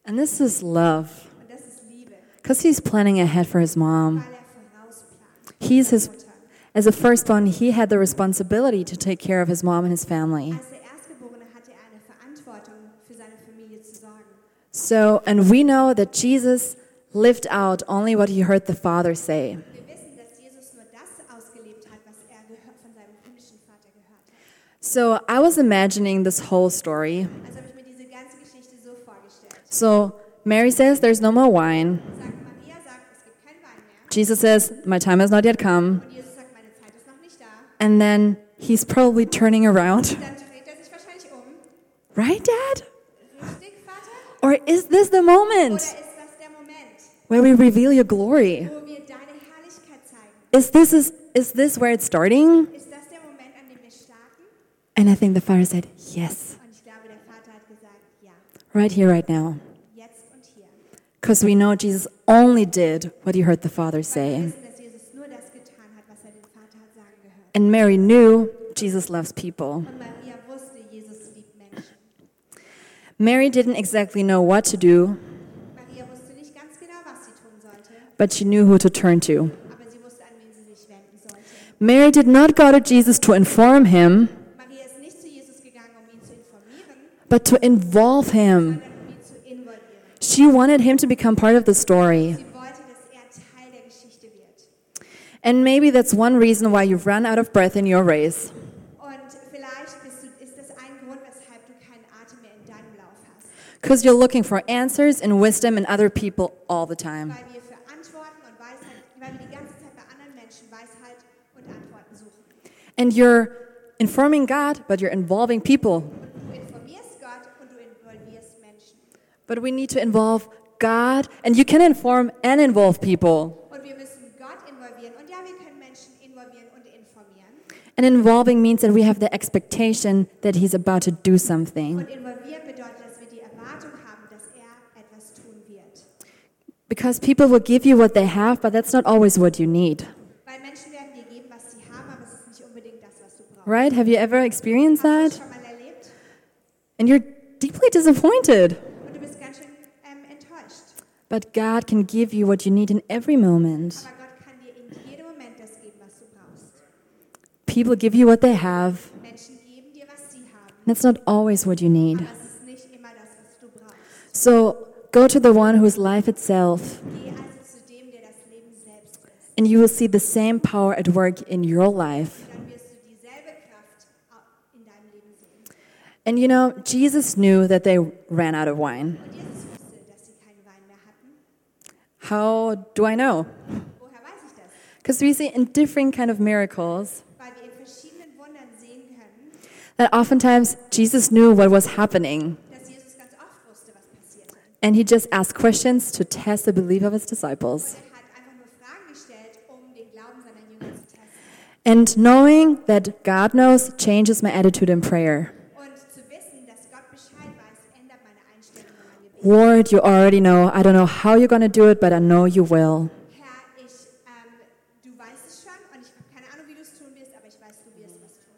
Speaker 2: And this is love,
Speaker 1: Und das ist Liebe,
Speaker 2: because he's planning ahead for his
Speaker 1: weil
Speaker 2: mom.
Speaker 1: er vorausplant.
Speaker 2: He's his,
Speaker 1: Mutter.
Speaker 2: as a firstborn, he had the responsibility to take care of his mom and his family.
Speaker 1: Als der Erstgeborene hatte er eine Verantwortung, für seine Familie zu sorgen.
Speaker 2: So, and we know that Jesus lived out only what he heard the Father say.
Speaker 1: Wir wissen, dass Jesus nur das ausgelebt hat, was er gehört, von seinem himmlischen Vater gehört hat.
Speaker 2: So, I was imagining this whole story.
Speaker 1: Also habe ich mir diese ganze Geschichte so vorgestellt.
Speaker 2: So, Mary says, There's no more wine.
Speaker 1: Sagt Maria, sagt, es gibt keinen Wein mehr.
Speaker 2: Jesus says, My time has not yet come.
Speaker 1: Und Jesus sagt, meine Zeit ist noch nicht da.
Speaker 2: And then he's probably turning around.
Speaker 1: Dann dreht er sich wahrscheinlich um.
Speaker 2: Right, Dad?
Speaker 1: Richtig, Vater?
Speaker 2: Or is this
Speaker 1: Oder
Speaker 2: the moment
Speaker 1: ist das der Moment,
Speaker 2: where we reveal your glory?
Speaker 1: wo wir deine Herrlichkeit zeigen?
Speaker 2: Is this is, is this where it's starting?
Speaker 1: Ist das der Moment, an dem wir starten?
Speaker 2: And I think the father said, Yes,
Speaker 1: Und ich glaube, der Vater hat gesagt, ja,
Speaker 2: right here, right now.
Speaker 1: jetzt und hier.
Speaker 2: Because we know Jesus only did what he heard the father
Speaker 1: Weil wir
Speaker 2: say.
Speaker 1: wissen, dass Jesus nur das getan hat, was er dem Vater hat sagen gehört.
Speaker 2: And Mary knew Jesus loves people.
Speaker 1: Und Maria wusste, Jesus liebt Menschen.
Speaker 2: Mary didn't exactly know what to do,
Speaker 1: Maria wusste nicht ganz genau, was sie tun sollte,
Speaker 2: but she knew who to turn to.
Speaker 1: aber sie wusste, an wen sie sich wenden sollte.
Speaker 2: Mary did not go to Jesus to inform him,
Speaker 1: Maria ist nicht zu Jesus gegangen, um ihn zu informieren,
Speaker 2: but to involve
Speaker 1: sondern
Speaker 2: him.
Speaker 1: um ihn zu involvieren.
Speaker 2: She wanted him to become part of the story.
Speaker 1: Sie wollte, dass er Teil der Geschichte wird.
Speaker 2: And maybe that's one reason why you've run out of breath in your race.
Speaker 1: Und vielleicht bist du, ist das ein Grund, weshalb du keinen Atem mehr in deinem Lauf hast.
Speaker 2: Because you're looking for answers and wisdom in other people all the time.
Speaker 1: Weil wir für Antworten und Weisheit, weil wir die ganze Zeit bei anderen Menschen Weisheit und Antworten suchen.
Speaker 2: And you're informing God, but you're involving people.
Speaker 1: Du informierst Gott und du involvierst Menschen.
Speaker 2: But we need to involve God, and you can inform and involve people.
Speaker 1: Und wir müssen Gott involvieren. Und ja, wir können Menschen involvieren und informieren.
Speaker 2: And involving means that we have the expectation that He's about to do something.
Speaker 1: Und involvieren bedeutet, dass wir die Erwartung haben, dass er etwas tun wird.
Speaker 2: Because people will give you what they have, but that's not always what you need.
Speaker 1: Weil Menschen werden dir geben, was sie haben, aber es ist nicht unbedingt das, was du brauchst.
Speaker 2: Right? Have you ever experienced
Speaker 1: Hast du das
Speaker 2: that?
Speaker 1: schon mal erlebt?
Speaker 2: And you're deeply disappointed.
Speaker 1: Und du bist ganz schön ähm, enttäuscht.
Speaker 2: But God can give you what you need in every moment.
Speaker 1: Aber Gott kann dir in jedem Moment das geben, was du brauchst.
Speaker 2: People give you what they have.
Speaker 1: Menschen geben dir, was sie haben.
Speaker 2: That's not always what you need.
Speaker 1: Aber es ist nicht immer das, was du brauchst.
Speaker 2: So go to the one who is life itself,
Speaker 1: Geh also zu dem, der das Leben selbst ist.
Speaker 2: and you will see the same power at work in your life.
Speaker 1: Dann wirst du dieselbe Kraft au- in deinem Leben sehen.
Speaker 2: And you know, Jesus knew that they ran out of wine.
Speaker 1: Und Jesus wusste, dass sie keinen Wein mehr hatten.
Speaker 2: How do I know?
Speaker 1: Woher weiß ich das?
Speaker 2: Because we see in different kind of miracles
Speaker 1: Weil wir in verschiedenen Wundern sehen können,
Speaker 2: that oftentimes Jesus knew what was happening,
Speaker 1: dass Jesus ganz oft wusste, was passierte.
Speaker 2: and he just asked questions to test the belief of his disciples.
Speaker 1: Und er hat einfach nur Fragen gestellt, um den Glauben seiner Jünger zu testen.
Speaker 2: And knowing that God knows changes my attitude in prayer.
Speaker 1: Und zu wissen, dass Gott Bescheid weiß, ändert meine Einstellung und mein Gebet.
Speaker 2: Lord, you already know. I don't know how you're going to do it, but I know you will.
Speaker 1: Herr, ich, ähm, du weißt es schon und ich habe keine Ahnung, wie du es tun wirst, aber ich weiß, du wirst was tun.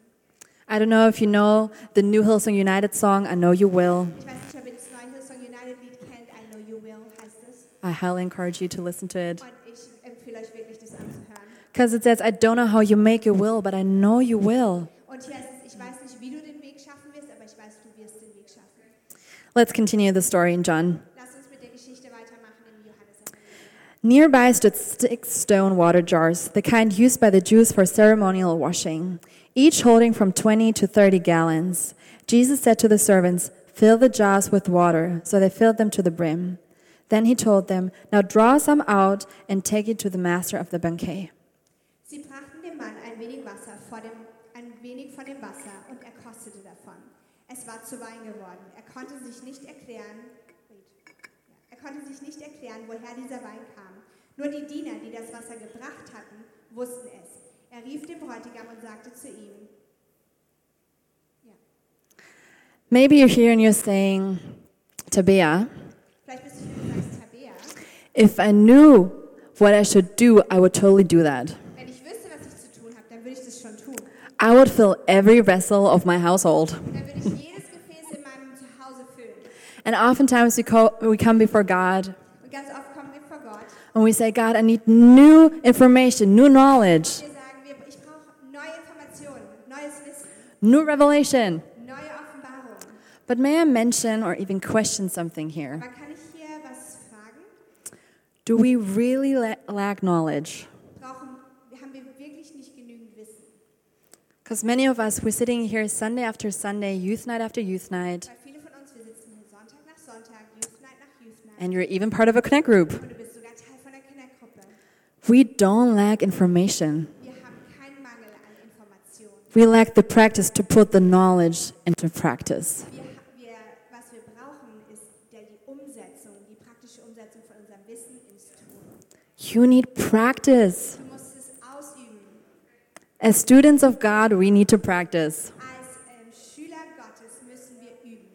Speaker 2: I don't know if you know the New Hillsong United song, I Know You Will.
Speaker 1: Ich weiß nicht, ob ihr das neue Hillsong United Lied kennt, I Know You Will heißt es.
Speaker 2: I highly encourage you to listen to it.
Speaker 1: Und ich empfehle euch wirklich, das anzuhören.
Speaker 2: Because it says, I don't know how you make your will, but I know you will.
Speaker 1: Und hier heißt es, ich weiß nicht, wie du den Weg schaffen wirst, aber ich weiß, du wirst den Weg schaffen.
Speaker 2: Let's continue the story in John.
Speaker 1: Lass uns mit der Geschichte weitermachen im Johannes.
Speaker 2: Nearby stood six stone water jars, the kind used by the Jews for ceremonial washing, each holding from 20 to 30 gallons. Jesus said to the servants, Fill the jars with water. So they filled them to the brim. Then he told them, Now draw some out and take it to the master of the banquet.
Speaker 1: Sie brachten dem Mann ein wenig Wasser vor dem, ein wenig von dem Wasser und er kostete davon. Es war zu Wein geworden. Er konnte sich nicht erklären, er konnte sich nicht erklären, woher dieser Wein kam. Nur die Diener, die das Wasser gebracht hatten, wussten es. Er rief den Bräutigam und sagte zu ihm, ja.
Speaker 2: Maybe you're here and you're saying, Tabea,
Speaker 1: vielleicht bist du hier und sagst, Tabea,
Speaker 2: if I knew what I should do, I would totally do that.
Speaker 1: wenn ich wüsste, was ich zu tun habe, dann würde ich das schon tun.
Speaker 2: I would fill every vessel of my household.
Speaker 1: Dann würde ich jedes Gefäß in meinem Zuhause füllen.
Speaker 2: And oftentimes we, co- we come before God
Speaker 1: Und ganz oft kommen wir vor Gott
Speaker 2: and we say, God, I need new information, new knowledge,
Speaker 1: Wir sagen, wir, ich brauche neue Informationen, neues Wissen,
Speaker 2: new revelation.
Speaker 1: neue Offenbarungen.
Speaker 2: But may I mention or even question something here?
Speaker 1: Aber kann ich hier was fragen?
Speaker 2: Do we really la- lack knowledge?
Speaker 1: Brauchen, haben wir wirklich nicht genügend Wissen?
Speaker 2: Because many of us, we're sitting here Sunday after Sunday, youth night after youth night,
Speaker 1: Weil viele von uns, wir sitzen hier Sonntag nach Sonntag, Youth Night nach Youth Night.
Speaker 2: and you're even part of a Connect group.
Speaker 1: Und du bist sogar Teil von der Kindergruppe.
Speaker 2: We don't lack information.
Speaker 1: Wir haben keinen Mangel an Informationen.
Speaker 2: We lack the practice to put the knowledge into practice.
Speaker 1: Wir, wir, was wir brauchen, ist der, die Umsetzung, die praktische Umsetzung von unserem Wissen ins Tun.
Speaker 2: You need practice.
Speaker 1: Du musst es ausüben.
Speaker 2: As students of God, we need to practice.
Speaker 1: Als ähm, Schüler Gottes müssen wir üben.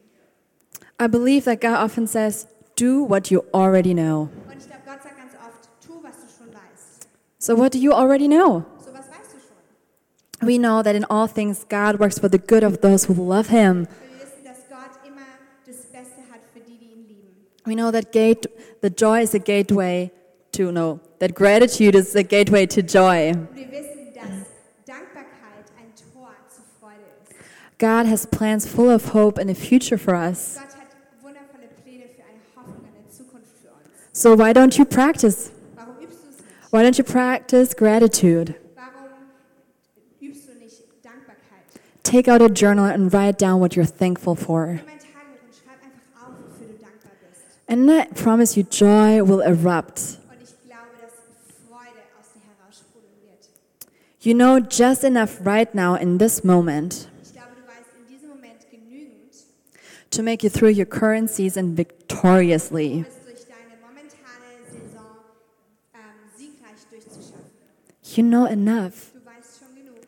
Speaker 2: I believe that God often says, do what you already know.
Speaker 1: Und ich glaube, Gott sagt ganz oft, tu, was du schon weißt.
Speaker 2: So, what do you already know?
Speaker 1: So was weißt du schon.
Speaker 2: We know that in all things, God works for the good of those who love
Speaker 1: Und
Speaker 2: Him.
Speaker 1: wir wissen, dass Gott immer das Beste hat für die, die ihn lieben.
Speaker 2: We know that gate, the joy is a gateway to no, that gratitude is a gateway to joy.
Speaker 1: Und wir wissen, dass Dankbarkeit ein Tor zur Freude ist.
Speaker 2: God has plans full of hope and a future for us.
Speaker 1: Gott hat wundervolle Pläne für eine Hoffnung, eine Zukunft für uns.
Speaker 2: So why don't you practice?
Speaker 1: Warum übst du es nicht?
Speaker 2: Why don't you practice gratitude?
Speaker 1: Warum übst du nicht Dankbarkeit?
Speaker 2: Take out a journal and write down what you're thankful for.
Speaker 1: Nimm ein Tagebuch und schreib einfach auf, wofür du dankbar bist.
Speaker 2: And I promise you, joy will erupt.
Speaker 1: Und ich glaube, dass Freude aus dir heraussprudeln wird.
Speaker 2: You know just enough right now in this moment
Speaker 1: Ich glaube, du weißt in diesem Moment genügend,
Speaker 2: to make you through your current season victoriously.
Speaker 1: bist durch deine momentane Saison ähm, siegreich durchzuschaffen.
Speaker 2: You know enough.
Speaker 1: Du weißt schon genug.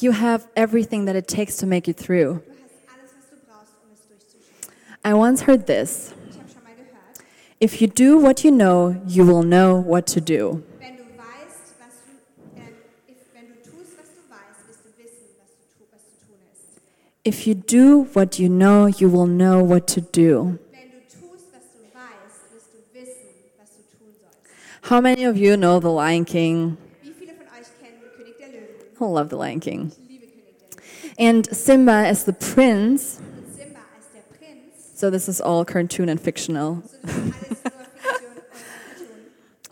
Speaker 2: You have everything that it takes to make it through.
Speaker 1: Du hast alles, was du brauchst, um es durchzuschaffen.
Speaker 2: I once heard this
Speaker 1: Ich habe schon mal gehört,
Speaker 2: If you do what you know, you will know what to do.
Speaker 1: wenn du weißt, was du, ähm, if, wenn du tust, was du weißt, wirst du wissen, was, du tu, was zu tun ist.
Speaker 2: If you do what you know, you will know what to do.
Speaker 1: Wenn du tust, was du weißt, wirst du wissen, was du tun sollst.
Speaker 2: How many of you know The Lion King?
Speaker 1: Wie viele von euch kennen König der Löwen?
Speaker 2: I love The Lion King.
Speaker 1: Ich liebe König der Löwen.
Speaker 2: And Simba as the prince,
Speaker 1: Und Simba als der Prinz,
Speaker 2: so this is all cartoon and
Speaker 1: so
Speaker 2: fictional.
Speaker 1: das ist alles nur Fiktion und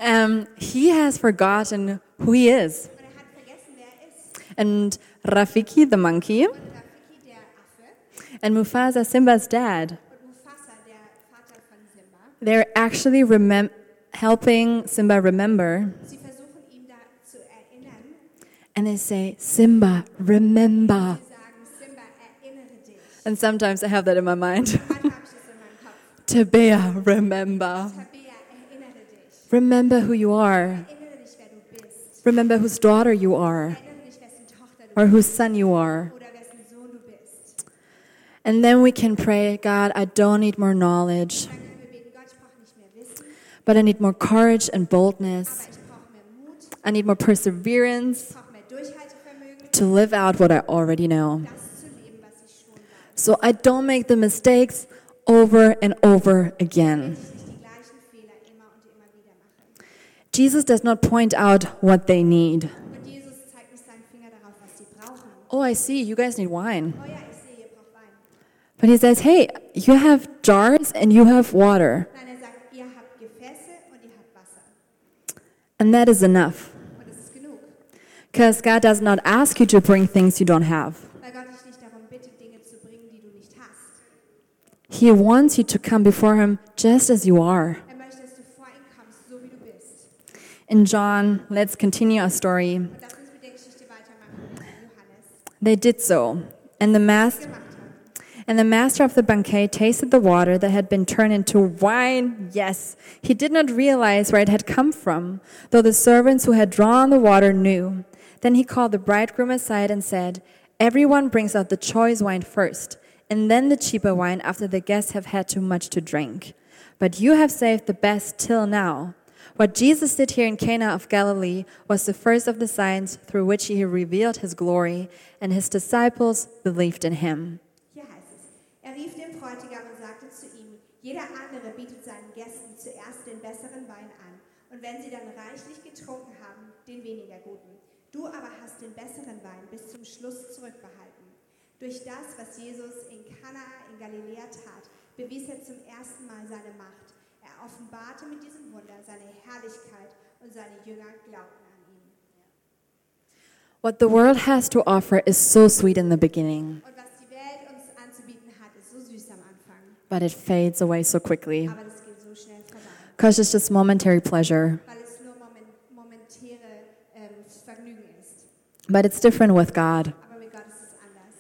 Speaker 1: Fiktion.
Speaker 2: Um, he has forgotten who he is.
Speaker 1: Und er hat vergessen, wer er ist.
Speaker 2: And Rafiki the monkey,
Speaker 1: Und Rafiki, der Affe,
Speaker 2: and Mufasa, Simba's dad,
Speaker 1: Und Mufasa, der Vater von Simba,
Speaker 2: they're actually remem- helping Simba remember.
Speaker 1: sie versuchen ihn da zu erinnern.
Speaker 2: And they say, Simba, remember.
Speaker 1: Sie sagen, Simba, erinnere dich.
Speaker 2: And sometimes I have that in my mind.
Speaker 1: Manchmal habe ich das in meinem Kopf.
Speaker 2: Tabea, remember.
Speaker 1: Tabea, erinnere dich.
Speaker 2: Remember who you are.
Speaker 1: Erinnere dich, wer du bist.
Speaker 2: Remember whose daughter you are
Speaker 1: Erinnere dich, wessen Tochter du
Speaker 2: or whose son you are.
Speaker 1: bist oder wessen Sohn du bist.
Speaker 2: And then we can pray, God, I don't need more knowledge,
Speaker 1: Dann können wir beten, Gott, ich brauche nicht mehr Wissen,
Speaker 2: but I need more courage and boldness.
Speaker 1: aber ich brauche mehr Mut, ich
Speaker 2: I need more perseverance
Speaker 1: brauche mehr Durchhaltevermögen,
Speaker 2: to live out what I already know.
Speaker 1: das zu leben, was ich schon war.
Speaker 2: So I don't make the mistakes over and over again.
Speaker 1: Dass ich nicht die gleichen Fehler immer und immer wieder mache.
Speaker 2: Jesus does not point out what they need.
Speaker 1: Und Jesus zeigt mit seinem Finger darauf, was sie brauchen.
Speaker 2: Oh, I see, you guys need wine.
Speaker 1: Oh ja, ich sehe, ihr braucht Wein.
Speaker 2: But he says, hey, you have jars and you have water,
Speaker 1: Nein, er sagt, ihr habt Gefäße und ihr habt Wasser.
Speaker 2: and that is enough.
Speaker 1: Und das ist genug.
Speaker 2: Because God does not ask you to bring things you don't have.
Speaker 1: Weil Gott dich nicht darum bittet, Dinge zu bringen, die du nicht hast.
Speaker 2: He wants you to come before Him just as you are.
Speaker 1: Er möchte, dass du vor ihn kommst, so wie du bist.
Speaker 2: In John, let's continue our story.
Speaker 1: Und lass uns mit der Geschichte weitermachen, die Johannes
Speaker 2: They did so, and the mas-
Speaker 1: gemacht hat.
Speaker 2: and the master of the banquet tasted the water that had been turned into wine. Yes, he did not realize where it had come from, though the servants who had drawn the water knew. Then he called the bridegroom aside and said, "Everyone brings out the choice wine first, and then the cheaper wine after the guests have had too much to drink. But you have saved the best till now." What Jesus did here in Cana of Galilee was the first of the signs through which he revealed his glory, and his disciples believed in him.
Speaker 1: Hier heißt es, er rief den Bräutigam und sagte zu ihm, jeder andere bietet seinen Gästen zuerst den besseren Wein an, und wenn sie dann reichlich getrunken haben, den weniger guten. Du aber hast den besseren Wein bis zum Schluss zurückbehalten. Durch das, was Jesus in Kanaa in Galiläa tat, bewies er zum ersten Mal seine Macht. Er offenbarte mit diesem Wunder seine Herrlichkeit und seine Jünger glaubten an ihn.
Speaker 2: What the world has to offer is so sweet in the beginning,
Speaker 1: Und was die Welt uns anzubieten hat, ist so süß am Anfang,
Speaker 2: but it fades away so quickly
Speaker 1: aber das geht so schnell vorbei.
Speaker 2: because it's just momentary pleasure.
Speaker 1: weil es nur moment, momentäre ähm, Vergnügen ist.
Speaker 2: But it's different with God.
Speaker 1: Aber mit Gott ist es anders.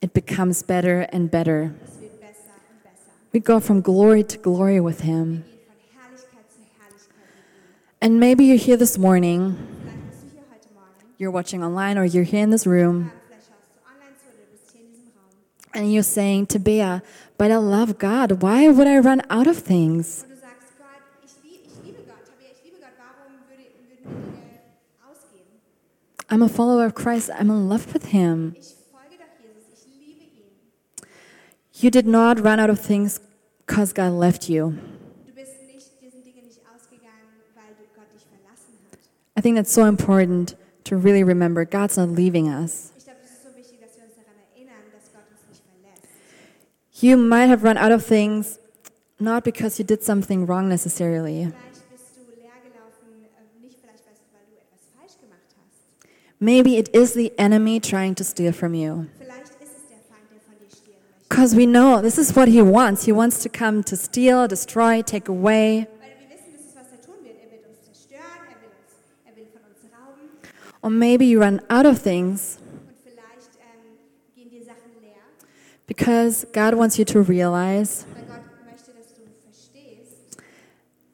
Speaker 2: It becomes better and better.
Speaker 1: Es wird besser und besser.
Speaker 2: We go from glory to glory with
Speaker 1: Wir gehen
Speaker 2: Him.
Speaker 1: von Herrlichkeit zu Herrlichkeit mit
Speaker 2: And maybe you're here this morning,
Speaker 1: ihm. Vielleicht bist du hier heute Morgen,
Speaker 2: you're watching online, or you're here in this
Speaker 1: ähm,
Speaker 2: room,
Speaker 1: vielleicht schaust du online zu oder du bist hier in diesem Raum.
Speaker 2: and you're saying, Tabea, but I love God. Why would I run out of things?
Speaker 1: Und du sagst, Gott, ich, lieb, ich liebe Gott, Tabea, ich liebe Gott, warum würde, würden wir Dinge ausgehen?
Speaker 2: I'm a follower of Christ. I'm in love with Him.
Speaker 1: Ich folge doch Jesus, ich liebe ihn.
Speaker 2: You did not run out of things because God left you.
Speaker 1: Du bist nicht diesen Dingen nicht ausgegangen, weil du Gott dich verlassen hat.
Speaker 2: I think that's so important to really remember God's not leaving us.
Speaker 1: Ich glaube, es ist so wichtig, dass wir uns daran erinnern, dass Gott uns nicht verlässt.
Speaker 2: You might have run out of things not because you did something wrong necessarily.
Speaker 1: Vielleicht bist du leer gelaufen, äh, nicht vielleicht, weißt du, weil du etwas falsch gemacht hast.
Speaker 2: Maybe it is the enemy trying to steal from you.
Speaker 1: Vielleicht ist es der Feind, der von dir stehlen möchte.
Speaker 2: Because we know this is what he wants. He wants to come to steal, destroy, take away.
Speaker 1: Weil wir wissen, das ist, was er tun wird. Er wird uns zerstören, er will, uns, er will von uns rauben
Speaker 2: Or maybe you run out of things
Speaker 1: und vielleicht ähm, gehen dir Sachen leer,
Speaker 2: because God wants you to realize
Speaker 1: weil Gott möchte, dass du verstehst,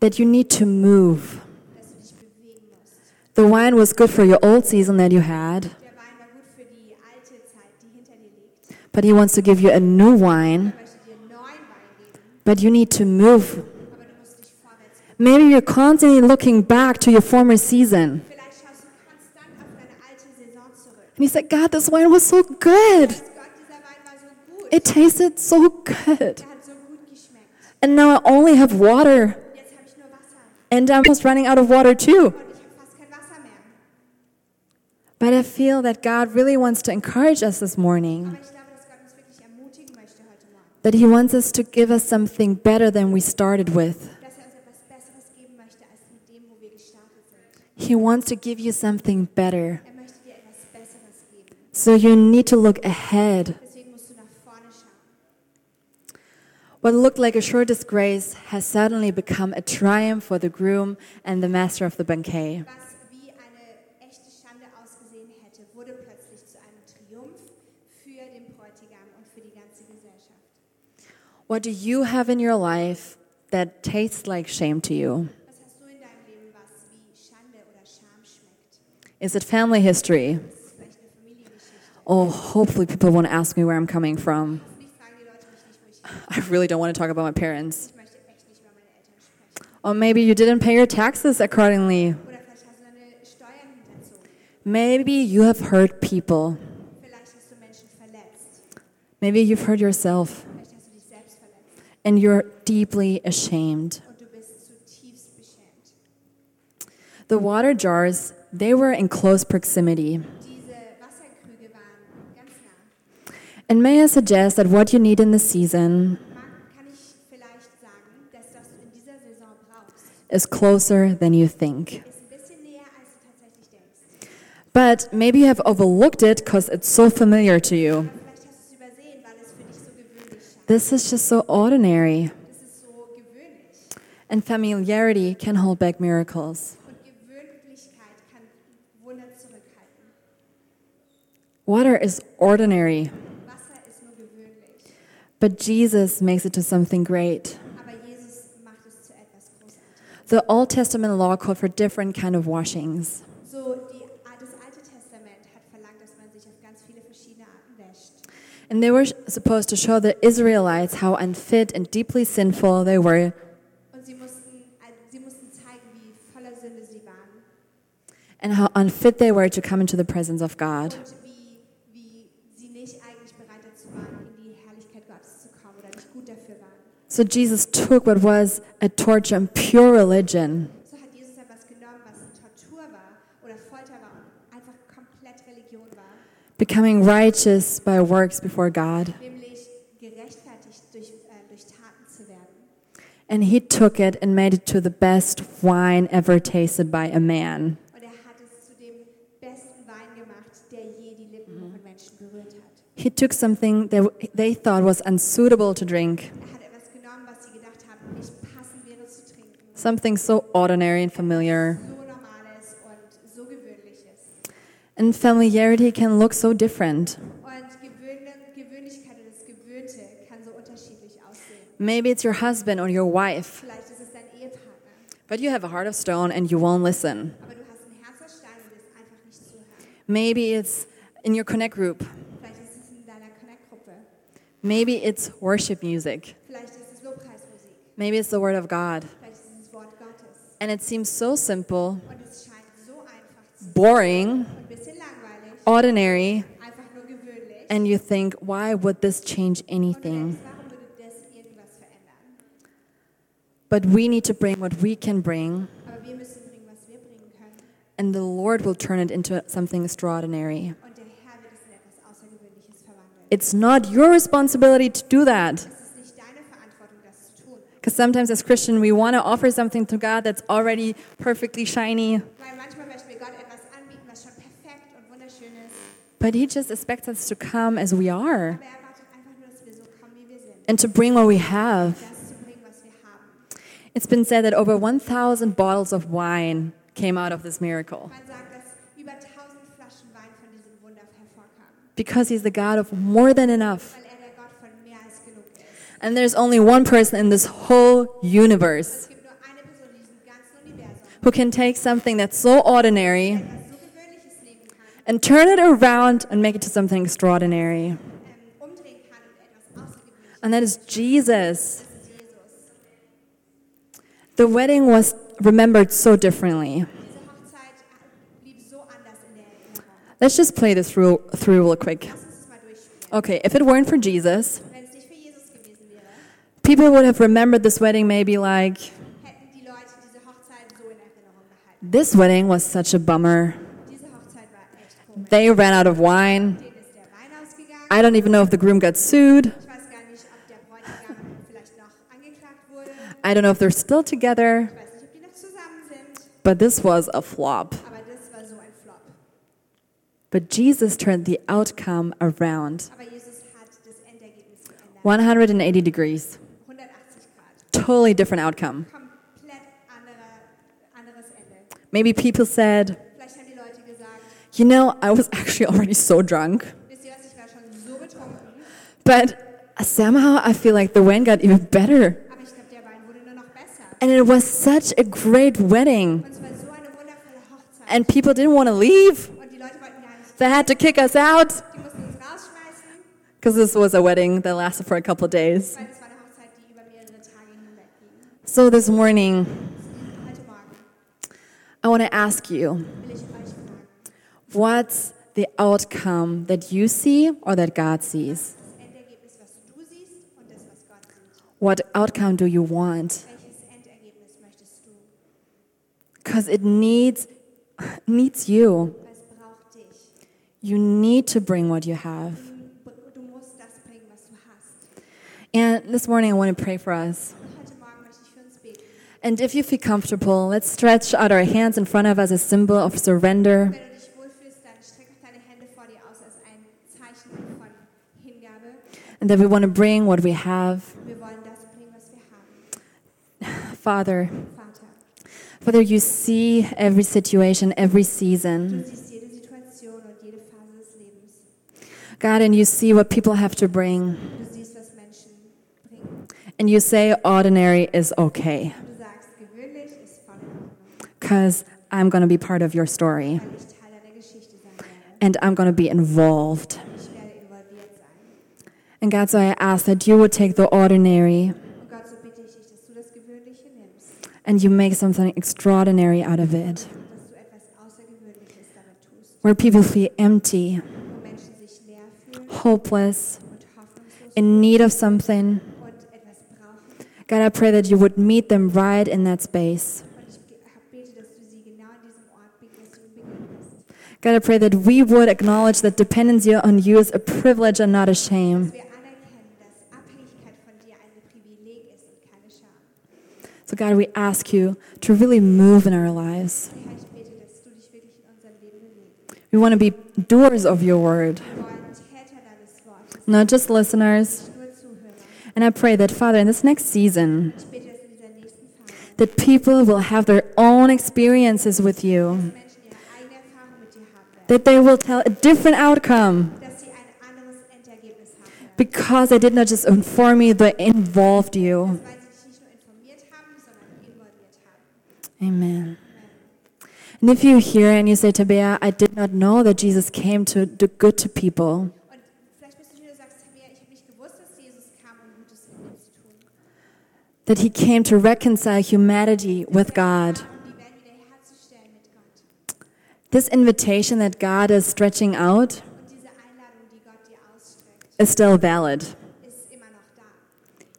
Speaker 2: that you need to move.
Speaker 1: dass du dich bewegen musst.
Speaker 2: The wine was good for your old season that you had,
Speaker 1: Der Wein war gut für die alte Zeit, die hinter dir liegt.
Speaker 2: but he wants to give you a new wine,
Speaker 1: Er möchte dir neuen Wein geben,
Speaker 2: but you need to move.
Speaker 1: aber du musst dich vorwärts kommen.
Speaker 2: Maybe you're constantly looking back to your former season.
Speaker 1: Vielleicht schaust du konstant auf deine alte Saison zurück.
Speaker 2: And you said, God, this wine was so good.
Speaker 1: Gott, dieser Wein war so gut.
Speaker 2: It tasted so good.
Speaker 1: Der hat so gut geschmeckt.
Speaker 2: And now I only have
Speaker 1: Und
Speaker 2: water,
Speaker 1: Jetzt habe ich nur Wasser.
Speaker 2: and I'm almost running out of water too.
Speaker 1: Und ich habe fast kein Wasser mehr.
Speaker 2: But I feel that God really wants to encourage us this morning,
Speaker 1: Aber ich glaube, dass Gott uns wirklich ermutigen möchte heute Morgen.
Speaker 2: that He wants us to give us something better than we started with.
Speaker 1: Dass er uns etwas Besseres geben möchte, als mit dem, wo wir gestartet sind.
Speaker 2: He wants to give you something better.
Speaker 1: Er möchte dir etwas Besseres geben.
Speaker 2: So you need to look ahead.
Speaker 1: Deswegen musst du nach vorne schauen.
Speaker 2: What looked like a sure disgrace has suddenly become a triumph for the groom and the master of the banquet.
Speaker 1: Was wie eine echte Schande ausgesehen hätte, wurde plötzlich zu einem Triumph für den Bräutigam und für die ganze Gesellschaft.
Speaker 2: What do you have in your life that tastes like shame to you?
Speaker 1: Was hast du in deinem Leben, was wie Schande oder Scham schmeckt?
Speaker 2: Is it family history?
Speaker 1: Das ist vielleicht eine Familiengeschichte.
Speaker 2: Oh, hopefully people won't ask me where I'm coming from.
Speaker 1: Hoffentlich fragen die Leute mich nicht, wo ich hin.
Speaker 2: I really don't want to talk about my parents.
Speaker 1: Ich möchte echt nicht über meine Eltern sprechen.
Speaker 2: Or maybe you didn't pay your taxes accordingly.
Speaker 1: Oder vielleicht hast du deine Steuern hinterzogen.
Speaker 2: Maybe you have hurt people.
Speaker 1: Vielleicht hast du Menschen verletzt.
Speaker 2: Maybe you've hurt yourself
Speaker 1: Vielleicht hast du dich selbst verletzt.
Speaker 2: and you're deeply ashamed.
Speaker 1: Und du bist zutiefst beschämt.
Speaker 2: The water jars, they were in close proximity.
Speaker 1: Diese Wasserkrüge waren ganz nah.
Speaker 2: And may I suggest that what you need in this season
Speaker 1: Marc, kann ich vielleicht sagen, dass das du in dieser Saison brauchst,
Speaker 2: is closer than you think.
Speaker 1: ist ein bisschen näher, als du tatsächlich denkst.
Speaker 2: But maybe you have overlooked it because it's so familiar to you.
Speaker 1: Vielleicht hast du es übersehen, weil es für dich so gewöhnlich scheint.
Speaker 2: This is just so ordinary,
Speaker 1: Das ist so gewöhnlich.
Speaker 2: and familiarity can hold back miracles.
Speaker 1: Und Gewöhnlichkeit kann Wunder zurückhalten.
Speaker 2: Water is ordinary,
Speaker 1: Wasser ist nur gewöhnlich.
Speaker 2: but Jesus makes it to something great.
Speaker 1: Aber Jesus macht es zu etwas Großartigem.
Speaker 2: The Old Testament law called for different kind of washings.
Speaker 1: So, die, das Alte Testament hat verlangt, dass man sich auf ganz viele verschiedene Arten wäscht.
Speaker 2: And they were supposed to show the Israelites how unfit and deeply sinful they were,
Speaker 1: Und sie mussten, also sie mussten zeigen, wie voller Sünde sie waren
Speaker 2: and how unfit they were to come into the presence of God.
Speaker 1: und wie, wie sie nicht eigentlich bereit dazu waren, in die Herrlichkeit Gottes zu kommen oder nicht gut dafür waren.
Speaker 2: So Jesus took what was a torture and pure religion
Speaker 1: So hat Jesus etwas genommen, was Tortur war oder Folter war und einfach komplett Religion war,
Speaker 2: becoming righteous by works before God.
Speaker 1: nämlich gerechtfertigt durch, äh, durch Taten zu werden.
Speaker 2: And he took it and made it to the best wine ever tasted by a man.
Speaker 1: Und er hat es zu dem besten Wein gemacht, der je die Lippen von Menschen berührt hat.
Speaker 2: He took something that they thought was unsuitable to drink,
Speaker 1: Er hat etwas genommen, was sie gedacht haben, nicht passend wäre zu trinken.
Speaker 2: something so ordinary and familiar.
Speaker 1: So normales und so gewöhnliches.
Speaker 2: And familiarity can look so different.
Speaker 1: Und Gewöhn Gewöhnlichkeit und das Gewöhnte kann so unterschiedlich aussehen.
Speaker 2: Maybe it's your husband or your wife,
Speaker 1: Vielleicht ist es dein Ehepartner,
Speaker 2: but you have a heart of stone and you won't listen.
Speaker 1: aber du hast ein Herz aus Stein und willst einfach nicht zuhören.
Speaker 2: Maybe it's in your connect group.
Speaker 1: Vielleicht ist es in deiner Connect-Gruppe.
Speaker 2: Maybe it's worship music.
Speaker 1: Vielleicht ist es Lobpreismusik.
Speaker 2: Maybe it's the word of God.
Speaker 1: Vielleicht ist es das Wort Gottes.
Speaker 2: And it seems so simple,
Speaker 1: Und es scheint so einfach zu
Speaker 2: boring,
Speaker 1: ein bisschen langweilig,
Speaker 2: ordinary,
Speaker 1: einfach nur gewöhnlich.
Speaker 2: and you think, why would this change
Speaker 1: Und du
Speaker 2: anything?
Speaker 1: denkst, warum würde das irgendwas verändern?
Speaker 2: But we need to bring what we can bring,
Speaker 1: Aber wir müssen bringen, was wir bringen können.
Speaker 2: and the Lord will turn it into something extraordinary.
Speaker 1: Und der Herr wird es in etwas Außergewöhnliches verwandeln.
Speaker 2: It's not your responsibility to do that.
Speaker 1: Es ist nicht deine Verantwortung, das zu tun.
Speaker 2: Because sometimes as Christian, we want to offer something to God that's already perfectly shiny,
Speaker 1: Weil manchmal möchten wir Gott etwas anbieten, was schon perfekt und wunderschön ist.
Speaker 2: but He just expects us to come as we are
Speaker 1: Aber er erwartet einfach nur, dass wir so kommen, wie wir sind.
Speaker 2: and to bring what we have.
Speaker 1: Das zu bringen, was wir haben.
Speaker 2: It's been said that over 1,000 bottles of wine came out of this miracle
Speaker 1: Man sagt, dass über 1000 Flaschen Wein von diesem Wunder hervorkamen.
Speaker 2: because He's the God of more than enough.
Speaker 1: Weil er der Gott von mehr als genug ist.
Speaker 2: And there's only one person in this whole
Speaker 1: Es
Speaker 2: universe
Speaker 1: gibt nur eine Person in diesem ganzen Universum,
Speaker 2: who can take something that's so ordinary
Speaker 1: die etwas so Gewöhnliches nehmen kann,
Speaker 2: and turn it around and make it to something
Speaker 1: ähm,
Speaker 2: extraordinary.
Speaker 1: umdrehen kann und etwas Außergewöhnliches.
Speaker 2: And that is Jesus.
Speaker 1: Das ist Jesus.
Speaker 2: The wedding was remembered so
Speaker 1: Diese
Speaker 2: differently.
Speaker 1: Hochzeit äh, blieb so anders in der Erinnerung.
Speaker 2: Let's just play this through, through real quick.
Speaker 1: Lass uns das mal durchspielen.
Speaker 2: Okay, if it weren't for Jesus,
Speaker 1: Wenn es nicht für Jesus gewesen wäre,
Speaker 2: people would have remembered this wedding maybe like,
Speaker 1: hätten die Leute diese Hochzeit so in Erinnerung gehalten.
Speaker 2: this wedding was such a bummer.
Speaker 1: Diese Hochzeit war echt komisch.
Speaker 2: They ran out of wine.
Speaker 1: Denen ist der Wein ausgegangen.
Speaker 2: I don't even know if the groom got sued.
Speaker 1: Ich weiß gar nicht, ob der Bräutigam vielleicht noch angeklagt wurde.
Speaker 2: I don't know if they're still
Speaker 1: Ich
Speaker 2: together,
Speaker 1: weiß nicht, ob die noch zusammen sind.
Speaker 2: but this was a flop.
Speaker 1: Aber das war so ein Flop.
Speaker 2: But Jesus turned the outcome around
Speaker 1: Aber Jesus hat das Endergebnis geändert.
Speaker 2: 180 degrees.
Speaker 1: 180
Speaker 2: Totally different outcome.
Speaker 1: komplett andere, anderes Ende.
Speaker 2: Maybe people said,
Speaker 1: Vielleicht haben die Leute gesagt,
Speaker 2: you know, I was actually already so drunk,
Speaker 1: wisst ihr was, ich war schon so betrunken,
Speaker 2: but somehow I feel like the wine got even better.
Speaker 1: aber ich glaube, der Wein wurde nur noch besser.
Speaker 2: And it was such a great wedding.
Speaker 1: Und es war so eine wundervolle Hochzeit.
Speaker 2: And people didn't want to leave.
Speaker 1: Und die Leute wollten gar nicht,
Speaker 2: They had to kick us out
Speaker 1: die mussten uns rausschmeißen,
Speaker 2: because this was a wedding that lasted for a couple of days.
Speaker 1: weil es war eine Hochzeit, die über mehrere Tage hinweg ging.
Speaker 2: So this morning,
Speaker 1: Heute Morgen
Speaker 2: I want to ask you
Speaker 1: will ich euch fragen,
Speaker 2: what's the outcome that you see or that God sees?
Speaker 1: das Endergebnis, was du siehst und das, was Gott sieht.
Speaker 2: What outcome do you want?
Speaker 1: Welches Endergebnis möchtest du?
Speaker 2: Because it needs needs you.
Speaker 1: Was braucht dich?
Speaker 2: You need to bring what you have.
Speaker 1: Du du musst das bringen, was du hast.
Speaker 2: And this morning I want to pray for us.
Speaker 1: Und heute Morgen möchte ich für uns beten.
Speaker 2: And if you feel comfortable, let's stretch out our hands in front of us as symbol of surrender.
Speaker 1: Wenn du dich wohlfühlst, dann streck auch deine Hände vor dir aus als ein Zeichen von Hingabe.
Speaker 2: And that we want to bring what we have.
Speaker 1: Wir wollen das bringen, was wir haben.
Speaker 2: Father,
Speaker 1: Vater,
Speaker 2: Father, you see every situation, every
Speaker 1: du
Speaker 2: season.
Speaker 1: siehst jede Situation und jede Phase des Lebens.
Speaker 2: God, and you see what people have to bring.
Speaker 1: Du siehst, was Menschen bringen.
Speaker 2: And you say ordinary is okay.
Speaker 1: Und du sagst, gewöhnlich ist voll in Ordnung,
Speaker 2: Because I'm going to be part of your story.
Speaker 1: weil ich Teil deiner Geschichte sein werde.
Speaker 2: And I'm going to be involved.
Speaker 1: Ich werde involviert sein.
Speaker 2: And God, so I ask that you would take the ordinary
Speaker 1: Und Gott, so bitte ich dich, dass du das Gewöhnliche nimmst,
Speaker 2: and you make something extraordinary out of it.
Speaker 1: dass du etwas Außergewöhnliches damit tust,
Speaker 2: Where people feel empty,
Speaker 1: wo Menschen sich leer fühlen
Speaker 2: hopeless,
Speaker 1: und hoffnungslos
Speaker 2: in need of something.
Speaker 1: und etwas brauchen.
Speaker 2: God, I pray that you would meet them right in that space.
Speaker 1: Und ich ge- hab- bete, dass du sie genau an diesem Ort begegnest, dass du ihnen begegnest.
Speaker 2: God, I pray that we would acknowledge that dependency on you is a privilege and not a
Speaker 1: Dass
Speaker 2: shame.
Speaker 1: wir anerkennen, dass Abhängigkeit von dir ein Privileg ist und keine Scham.
Speaker 2: So, God, we ask you to really move in our lives.
Speaker 1: Herr, ich bete, dass du dich wirklich in unserem Leben bewegst.
Speaker 2: We want to be doers of your word,
Speaker 1: Wir wollen Täter deines Wortes,
Speaker 2: not just listeners.
Speaker 1: nicht nur Zuhörer.
Speaker 2: And I pray that, Father, in this next season,
Speaker 1: Ich bete, dass in dieser nächsten Phase
Speaker 2: that people will have their own experiences with you,
Speaker 1: Menschen ihre eigene Erfahrung mit dir haben werden.
Speaker 2: that they will tell a different outcome
Speaker 1: Dass sie ein anderes Endergebnis haben werden.
Speaker 2: because they did not just inform you, they involved
Speaker 1: Das,
Speaker 2: you.
Speaker 1: weil sie dich nicht nur informiert haben, sondern involviert haben.
Speaker 2: Amen.
Speaker 1: Amen.
Speaker 2: And if you hear and you say, Tabea, I did not know that Jesus came to do good to people,
Speaker 1: Und vielleicht bist du hier und sagst, Tabea, ich habe nicht gewusst, dass Jesus kam, um Gutes in mir zu tun.
Speaker 2: that he came to reconcile humanity with God.
Speaker 1: Um die Welt wiederherzustellen mit Gott.
Speaker 2: This invitation that God is stretching
Speaker 1: Und
Speaker 2: out
Speaker 1: diese Einladung, die Gott dir ausstreckt,
Speaker 2: is still valid.
Speaker 1: ist immer noch da.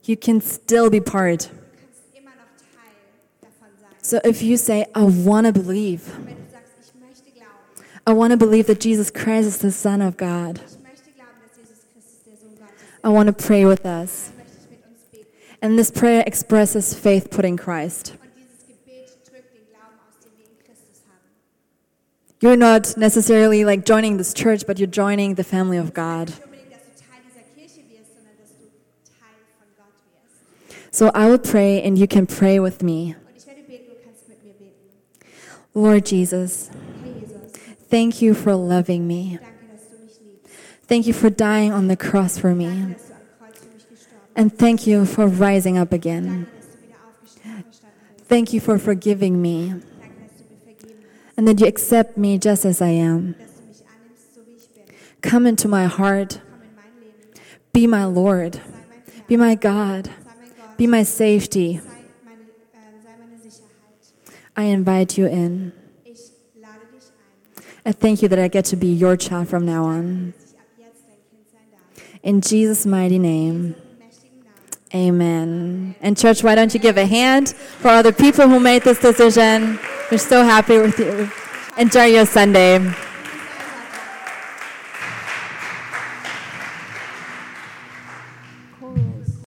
Speaker 2: You can still be part.
Speaker 1: Du kannst immer noch Teil davon sein.
Speaker 2: So if you say, I want to believe,
Speaker 1: Und wenn du sagst, ich möchte glauben,
Speaker 2: I want to believe that Jesus Christ is the Son of God.
Speaker 1: ich möchte glauben, dass Jesus Christus der Sohn Gottes ist,
Speaker 2: I want to pray with us.
Speaker 1: dann möchte ich mit uns beten.
Speaker 2: And this prayer expresses faith put in Christ.
Speaker 1: Und dieses Gebet drückt den Glauben aus, den wir in Christus haben.
Speaker 2: You're not necessarily like joining this church, but you're joining the family of God.
Speaker 1: Nicht unbedingt, dass du Teil dieser Kirche wirst, sondern dass du Teil von Gott wirst.
Speaker 2: So I will pray and you can pray with me.
Speaker 1: Und ich werde beten, du kannst mit mir beten.
Speaker 2: Lord Jesus,
Speaker 1: Herr Jesus,
Speaker 2: thank you for loving me.
Speaker 1: danke, dass du mich liebst.
Speaker 2: Thank you for dying on the cross for
Speaker 1: Danke,
Speaker 2: me.
Speaker 1: dass du am Kreuz für mich gestorben bist.
Speaker 2: And thank you for rising up again.
Speaker 1: Danke, dass du wieder aufgestanden verstanden bist.
Speaker 2: Thank you for forgiving me
Speaker 1: Danke, dass du mir vergeben hast.
Speaker 2: and that you accept me just as I am.
Speaker 1: Dass du mich annimmst, so wie ich bin.
Speaker 2: Come into my heart.
Speaker 1: Komm in mein Leben.
Speaker 2: Be my Lord.
Speaker 1: Sei mein Herr.
Speaker 2: Be my God.
Speaker 1: sei mein Gott.
Speaker 2: Be my safety.
Speaker 1: sei, meine, äh, sei meine Sicherheit.
Speaker 2: I invite you in.
Speaker 1: Ich lade dich ein,
Speaker 2: I thank you that I get to be your child from now on.
Speaker 1: dass ich ab jetzt dein Kind sein darf.
Speaker 2: In Jesus' mighty name,
Speaker 1: Im mächtigen Namen.
Speaker 2: amen. And, church, why don't you give a hand for all the people who made this decision? We're so happy with you. Enjoy your Sunday.